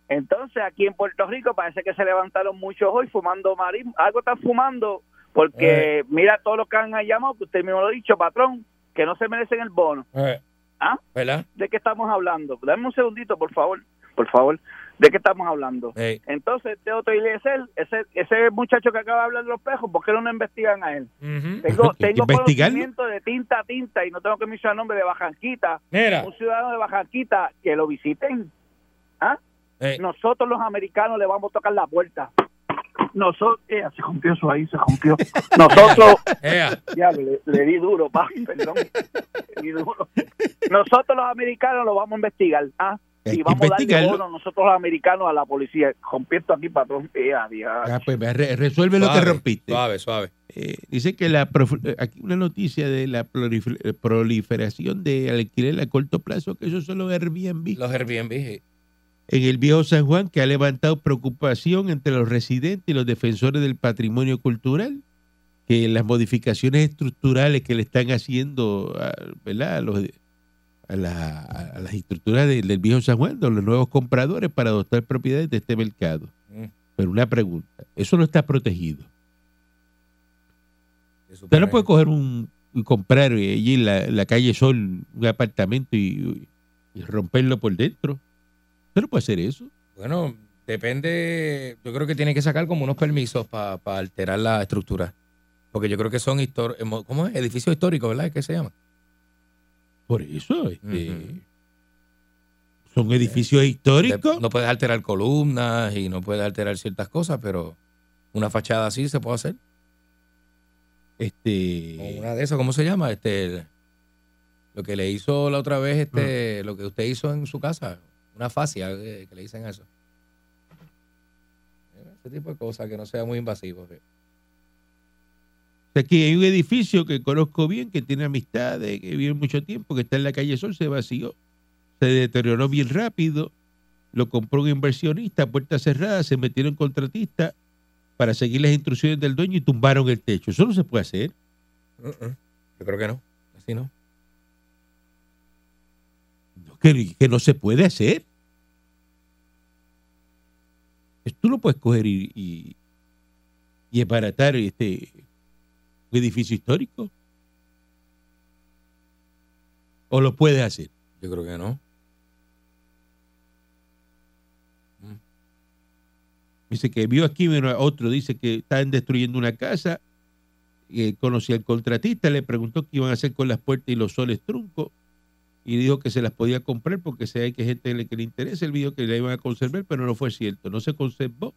[SPEAKER 7] Entonces, aquí en Puerto Rico parece que se levantaron muchos hoy fumando marismo. Algo están fumando porque
[SPEAKER 3] Eh.
[SPEAKER 7] mira todos los que han llamado, que usted mismo lo ha dicho, patrón, que no se merecen el bono. ¿Ah?
[SPEAKER 4] ¿Verdad?
[SPEAKER 7] ¿De qué estamos hablando? Dame un segundito, por favor. Por favor. ¿De qué estamos hablando?
[SPEAKER 4] Ey.
[SPEAKER 7] Entonces, este otro Eliezer, ese, ese muchacho que acaba de hablar de los pejos, ¿por qué no lo investigan a él? Tengo,
[SPEAKER 3] Hay que
[SPEAKER 7] tengo
[SPEAKER 3] investigarlo.
[SPEAKER 7] conocimiento de tinta a tinta y no tengo que mencionar el nombre de Bajanquita,
[SPEAKER 3] Ah.
[SPEAKER 4] Mira.
[SPEAKER 7] un ciudadano de Bajanquita que lo visiten. ¿Ah?
[SPEAKER 4] Ey.
[SPEAKER 7] Nosotros los americanos le vamos a tocar la puerta. Nosotros, eh, se rompió eso ahí, se rompió. Nosotros,
[SPEAKER 4] Ea.
[SPEAKER 7] ya, le, le di duro, pa, perdón. Le di duro. Nosotros los americanos lo vamos a investigar, ¿ah?
[SPEAKER 3] Hay que
[SPEAKER 7] Y vamos a darle
[SPEAKER 3] investigarlo.
[SPEAKER 7] bono nosotros los americanos a la policía. Rompiesto aquí, patrón. Eh, adiós.
[SPEAKER 3] Ah, pues ve, re- resuelve lo que
[SPEAKER 4] Suave,
[SPEAKER 3] rompiste.
[SPEAKER 4] Suave, suave.
[SPEAKER 3] Eh, dice que la prof- eh, aquí una noticia de la prolif- eh, proliferación de alquiler a corto plazo, que eso son los Airbnb.
[SPEAKER 4] Los Airbnb. eh,
[SPEAKER 3] en el viejo San Juan que ha levantado preocupación entre los residentes y los defensores del patrimonio cultural, que las modificaciones estructurales que le están haciendo a, ¿verdad? a los- a la- a las estructuras de- del viejo San Juan, de los nuevos compradores para adoptar propiedades de este mercado.
[SPEAKER 4] Mm.
[SPEAKER 3] Pero una pregunta, eso no está protegido.
[SPEAKER 4] se
[SPEAKER 3] Usted
[SPEAKER 4] supone-
[SPEAKER 3] no puede coger un y comprar eh, allí en la, en la calle Sol un apartamento y, y romperlo por dentro. Usted no puede hacer eso.
[SPEAKER 4] Bueno, depende. Yo creo que tiene que sacar como unos permisos para alterar la estructura. Porque yo creo que son histor emo- ¿cómo es? edificios históricos, ¿verdad? ¿Qué se llama?
[SPEAKER 3] Por eso, este,
[SPEAKER 4] Ujú.
[SPEAKER 3] son edificios históricos.
[SPEAKER 4] De- No puedes alterar columnas y no puedes alterar ciertas cosas, pero una fachada así se puede hacer. O
[SPEAKER 3] Este,
[SPEAKER 4] Una de esas, ¿cómo se llama? Este, el- lo que le hizo la otra vez, este, lo que usted hizo en su casa, una fascia eh, que le dicen a eso. Eh, Ese tipo de cosas que no sea muy invasivo. sí.
[SPEAKER 3] aquí hay un edificio que conozco bien, que tiene amistades, que vive mucho tiempo, que está en la calle Sol, se vació, se deterioró bien rápido, lo compró un inversionista, puerta cerrada, se metieron contratistas para seguir las instrucciones del dueño y tumbaron el techo. Eso no se puede hacer.
[SPEAKER 4] Yo creo que no. Así no.
[SPEAKER 3] que, que no se puede hacer. Pues Tú no puedes coger y, y, y desbaratar este un edificio histórico. O lo puedes hacer.
[SPEAKER 4] Yo creo que no.
[SPEAKER 3] Dice que vio aquí bueno, otro, dice que estaban destruyendo una casa. Eh, conocía al contratista, le preguntó qué iban a hacer con las puertas y los soles truncos. Y dijo que se las podía comprar porque se hay que gente le- que le interesa. el video que la iban a conservar, pero no fue cierto. No se conservó.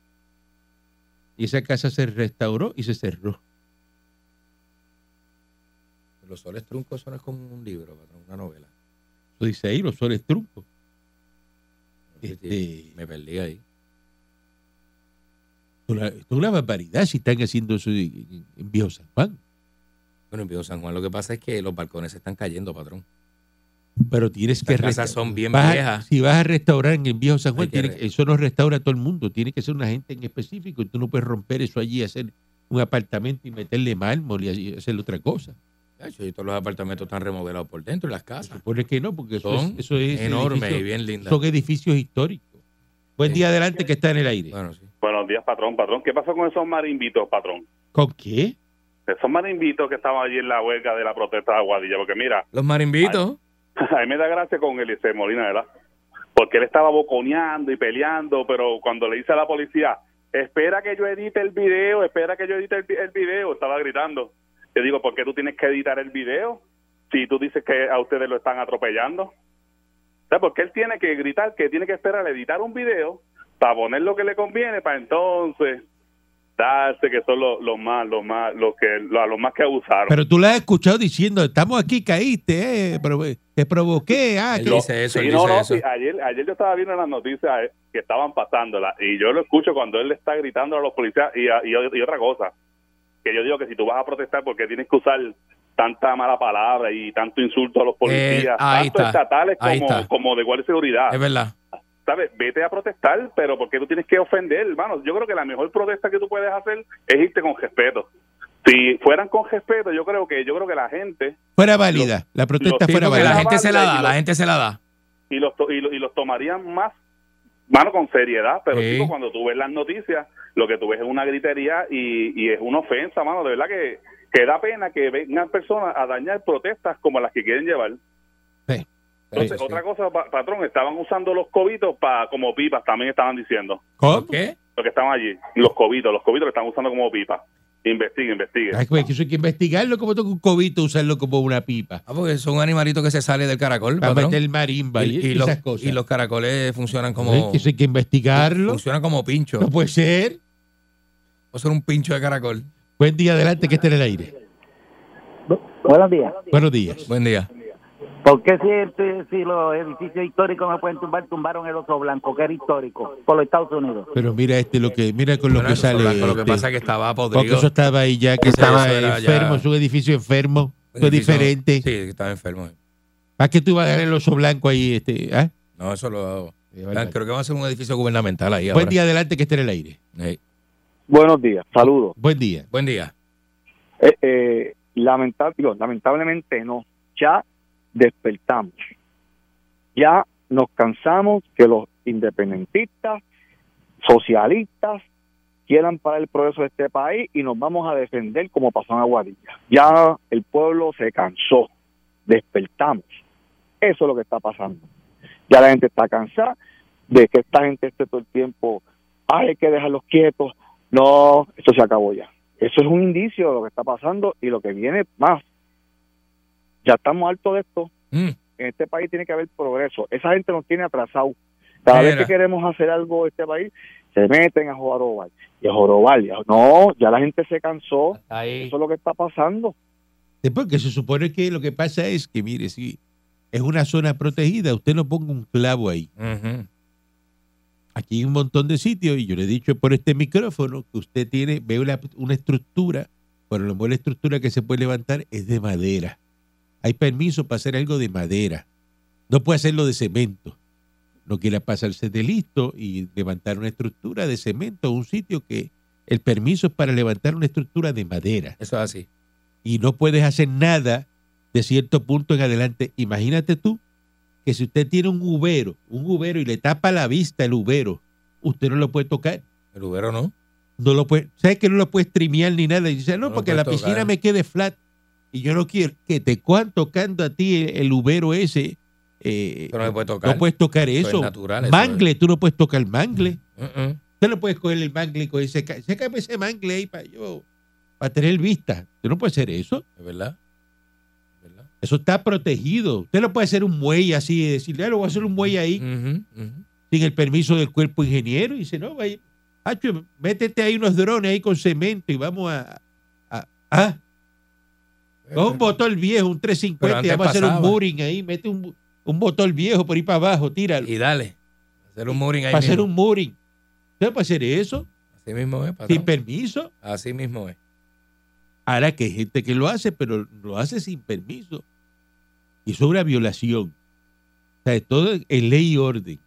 [SPEAKER 3] Y esa casa se restauró y se cerró.
[SPEAKER 4] Los soles truncos son como un libro, patrón, una novela.
[SPEAKER 3] Eso dice ahí, los soles truncos. Este,
[SPEAKER 4] Me perdí ahí.
[SPEAKER 3] esto es una- esto es una barbaridad si están haciendo eso en, en- en Viejo San Juan.
[SPEAKER 4] Bueno, en Viejo San Juan lo que pasa es que los balcones se están cayendo, patrón.
[SPEAKER 3] Pero tienes que
[SPEAKER 4] Las casas
[SPEAKER 3] resta-
[SPEAKER 4] son bien
[SPEAKER 3] vas a-
[SPEAKER 4] viejas.
[SPEAKER 3] Si vas a restaurar en el viejo San Juan,
[SPEAKER 4] Hay que
[SPEAKER 3] tiene- eso no restaura a todo el mundo. Tiene que ser una gente en específico. Y tú no puedes romper eso allí, hacer un apartamento y meterle mármol y así- hacer otra cosa.
[SPEAKER 4] De hecho, y todos los apartamentos están remodelados por dentro y las casas.
[SPEAKER 3] Supone que no, porque eso
[SPEAKER 4] Son
[SPEAKER 3] es, eso es
[SPEAKER 4] enormes
[SPEAKER 3] edificio-
[SPEAKER 4] y bien lindas.
[SPEAKER 3] Son edificios históricos. Buen día adelante que está en el aire.
[SPEAKER 4] Bueno, sí.
[SPEAKER 6] Buenos días, patrón. Patrón, ¿qué pasó con esos marimbitos, patrón?
[SPEAKER 3] ¿Con qué?
[SPEAKER 6] Esos marimbitos que estaban allí en la huelga de la protesta de Aguadilla, porque mira,
[SPEAKER 4] Los marimbitos.
[SPEAKER 6] a mí me da gracia con Elise Molina, ¿verdad? Porque él estaba boconeando y peleando, pero cuando le dice a la policía, espera que yo edite el video, espera que yo edite el, vi- el video, estaba gritando. Yo digo, ¿por qué tú tienes que editar el video? Si si tú dices que a ustedes lo están atropellando? O sea, porque él tiene que gritar que tiene que esperar a editar un video para poner lo que le conviene, para entonces darse que son los, los más, los más, los que, los, a los más que abusaron.
[SPEAKER 3] Pero tú la has escuchado diciendo, estamos aquí, caíste, eh, pero, eh, te provoqué. Ah, que-
[SPEAKER 6] Lo- sí, no, no, sí, ayer, ayer yo estaba viendo las noticias eh, que estaban pasándolas y yo lo escucho cuando él le está gritando a los policías y, a- y o- y otra cosa, que yo digo que si tú vas a protestar porque tienes que usar tanta mala palabra y tanto insulto a los policías,
[SPEAKER 4] Eh, ahí
[SPEAKER 6] tanto
[SPEAKER 4] está,
[SPEAKER 6] estatales
[SPEAKER 4] ahí
[SPEAKER 6] como,
[SPEAKER 4] está.
[SPEAKER 6] como de guardia de seguridad.
[SPEAKER 4] Es verdad.
[SPEAKER 6] ¿sabes? Vete a protestar, pero porque tú tienes que ofender, hermano. Yo creo que la mejor protesta que tú puedes hacer es irte con respeto. Si fueran con respeto, yo creo que yo creo que la gente
[SPEAKER 3] Fuera válida, la protesta
[SPEAKER 6] sí,
[SPEAKER 3] fuera
[SPEAKER 6] porque
[SPEAKER 3] válida.
[SPEAKER 6] la gente se la da, la
[SPEAKER 4] gente se la da.
[SPEAKER 6] y los to- y, lo- y los tomarían más mano con seriedad, pero
[SPEAKER 4] Sí.
[SPEAKER 6] chico, cuando tú ves las noticias, lo que tú ves es una gritería y, y es una ofensa, mano, de verdad que, que da pena que vengan personas a dañar protestas como las que quieren llevar. Entonces, otra cosa, pa- patrón, estaban usando los cobitos para como pipas, también estaban diciendo.
[SPEAKER 3] ¿Cómo?
[SPEAKER 4] ¿Qué?
[SPEAKER 6] Los que estaban allí, los cobitos, los cobitos lo están usando como pipa. Investigue, investigue.
[SPEAKER 3] Ay, pues, que eso hay que investigarlo como toca un cobito, usarlo como una pipa.
[SPEAKER 4] Ah, porque son animalitos que se sale del caracol.
[SPEAKER 3] Para
[SPEAKER 4] patrón.
[SPEAKER 3] meter marimba y,
[SPEAKER 4] y, y los,
[SPEAKER 3] esas cosas.
[SPEAKER 4] y los caracoles funcionan
[SPEAKER 3] Ay,
[SPEAKER 4] como. Pues,
[SPEAKER 3] que eso hay que investigarlo.
[SPEAKER 4] Funcionan como pincho.
[SPEAKER 3] No puede ser.
[SPEAKER 4] O ser un pincho de caracol.
[SPEAKER 3] Buen día, adelante, que esté en el aire.
[SPEAKER 11] Buenos días.
[SPEAKER 3] Buenos días.
[SPEAKER 4] Buen día.
[SPEAKER 11] ¿Por qué siempre si los edificios históricos no pueden tumbar, tumbaron el oso blanco, que era histórico, por los Estados Unidos?
[SPEAKER 3] Pero mira este lo que mira con lo que sale.
[SPEAKER 4] Blanco, lo que
[SPEAKER 3] este.
[SPEAKER 4] pasa es que estaba podrido.
[SPEAKER 3] porque eso estaba ahí ya que
[SPEAKER 4] Eso
[SPEAKER 3] estaba
[SPEAKER 4] era ya-
[SPEAKER 3] enfermo, es un edificio enfermo, esto es
[SPEAKER 4] Edificio-
[SPEAKER 3] diferente.
[SPEAKER 4] Sí, estaba enfermo.
[SPEAKER 3] ¿Para qué tú vas a dar el oso blanco ahí este? ah?
[SPEAKER 4] No, eso lo hago.
[SPEAKER 3] vale.
[SPEAKER 4] Creo que va a ser un edificio gubernamental ahí
[SPEAKER 3] Buen
[SPEAKER 4] ahora.
[SPEAKER 3] día, adelante, que esté en el aire.
[SPEAKER 4] Ey.
[SPEAKER 7] Buenos días, saludos.
[SPEAKER 3] Buen día.
[SPEAKER 4] Buen día.
[SPEAKER 7] Eh, eh, lamenta- digo, lamentablemente no, ya despertamos. Ya nos cansamos que los independentistas, socialistas, quieran parar el progreso de este país y nos vamos a defender como pasó en Aguadilla. Ya el pueblo se cansó, despertamos. Eso es lo que está pasando. Ya la gente está cansada de que esta gente esté todo el tiempo, "Ay, hay que dejarlos quietos. No, esto se acabó ya. Eso es un indicio de lo que está pasando y lo que viene más. Ya estamos hartos de esto.
[SPEAKER 4] Mm,
[SPEAKER 7] En este país tiene que haber progreso. Esa gente nos tiene atrasado. Cada vez
[SPEAKER 12] Mira.
[SPEAKER 7] que queremos hacer algo de este país, se meten a jorobar. Y a jorobar. y a- No, ya la gente se cansó. Eso es lo que está pasando.
[SPEAKER 3] Es porque se supone que lo que pasa es que, mire, si es una zona protegida, usted no ponga un clavo ahí. Aquí hay un montón de sitios, y yo le he dicho por este micrófono que usted tiene, ve una, una estructura, pero lo mejor la estructura que se puede levantar es de madera. Hay permiso para hacer algo de madera. No puede hacerlo de cemento. No quiera pasarse de listo y levantar una estructura de cemento, un sitio que el permiso es para levantar una estructura de madera
[SPEAKER 4] Eso es así.
[SPEAKER 3] y no puedes hacer nada de cierto punto en adelante. Imagínate tú que si usted tiene un ubero, un ubero y le tapa la vista el ubero, usted no lo puede tocar.
[SPEAKER 4] El ubero no.
[SPEAKER 3] No lo puede, ¿sabes que no lo puede trimear ni nada? Y dice, no,
[SPEAKER 4] lo
[SPEAKER 3] porque
[SPEAKER 4] puede
[SPEAKER 3] la
[SPEAKER 4] tocar.
[SPEAKER 3] piscina me quede flat y yo no quiero que te cojan tocando a ti el, el ubero ese. eh,
[SPEAKER 4] Eso no se puede tocar.
[SPEAKER 3] no puedes tocar
[SPEAKER 4] Eso
[SPEAKER 3] eso.
[SPEAKER 4] es natural, eso Mm.
[SPEAKER 3] mangle, tú no puedes tocar mangle.
[SPEAKER 4] Mm-mm.
[SPEAKER 3] Usted no puedes coger el mangle y coger, seca- sécame ese mangle ahí para yo, para tener vista. Usted no puede hacer eso.
[SPEAKER 4] Es verdad.
[SPEAKER 3] Eso está protegido. Usted no puede hacer un muelle así y decirle, "Ah, lo voy a hacer un muelle ahí sin el permiso del cuerpo ingeniero. Y dice, no, vaya, Hacho, métete ahí unos drones ahí con cemento y vamos a. a- ah. Con un motor viejo, un 350, y
[SPEAKER 4] antes
[SPEAKER 3] vamos a hacer un
[SPEAKER 4] pasaba.
[SPEAKER 3] mooring ahí, mete un, un motor viejo por ahí para abajo, tíralo.
[SPEAKER 4] Y dale. Hacer un mooring ahí eh,
[SPEAKER 3] Para hacer
[SPEAKER 4] mismo.
[SPEAKER 3] un mooring. ¿Usted puede hacer eso?
[SPEAKER 4] Así mismo es, patrón.
[SPEAKER 3] Sin permiso.
[SPEAKER 4] Así mismo es.
[SPEAKER 3] Ahora que hay gente que lo hace, pero lo hace sin permiso. Y eso es una violación. O sea, todo en ley y orden.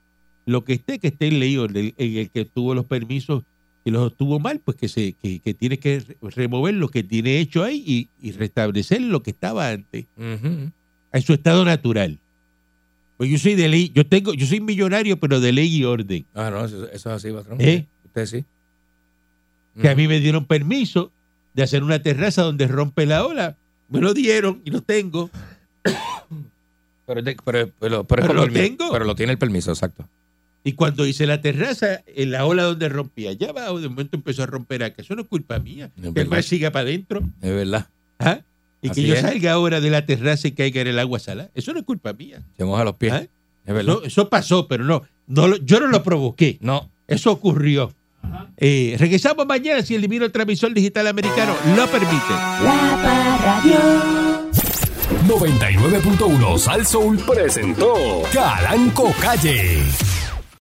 [SPEAKER 3] Lo que esté, que esté en ley y orden. En el que tuvo los permisos y los obtuvo mal, pues que, se, que, que tiene que re- remover lo que tiene hecho ahí y, y restablecer lo que estaba antes
[SPEAKER 4] Ujú.
[SPEAKER 3] a su estado natural. Pues yo soy de ley, yo tengo, yo soy millonario, pero de ley y orden.
[SPEAKER 4] Ah, no, eso, eso es así, patrón.
[SPEAKER 3] ¿Eh?
[SPEAKER 4] Usted sí.
[SPEAKER 3] que a mí me dieron permiso de hacer una terraza donde rompe la ola. Me lo dieron y lo tengo.
[SPEAKER 4] Pero, te- pero, pero, pero es
[SPEAKER 3] Pero
[SPEAKER 4] con
[SPEAKER 3] lo
[SPEAKER 4] permiso.
[SPEAKER 3] tengo.
[SPEAKER 4] Pero lo tiene el permiso, exacto.
[SPEAKER 3] Y cuando hice la terraza, en la ola donde rompía, allá abajo de momento empezó a romper acá. Eso no es culpa mía.
[SPEAKER 4] Es
[SPEAKER 3] que el
[SPEAKER 4] verdad.
[SPEAKER 3] mar siga para adentro.
[SPEAKER 4] Es verdad.
[SPEAKER 3] ¿Ah? Y
[SPEAKER 13] Así
[SPEAKER 3] que yo
[SPEAKER 13] es.
[SPEAKER 3] salga ahora de la terraza y caiga en el agua salada. Eso no es culpa mía.
[SPEAKER 13] Se moja los pies.
[SPEAKER 3] ¿Ah?
[SPEAKER 13] Es verdad.
[SPEAKER 3] Eso, eso pasó, pero no. no lo- yo no lo provoqué.
[SPEAKER 13] No.
[SPEAKER 3] Eso ocurrió. Eh, regresamos mañana si el Divino Transmisor Digital Americano lo permite.
[SPEAKER 2] La Parradio.
[SPEAKER 1] 99.1 Sal Soul presentó Calanco Calle.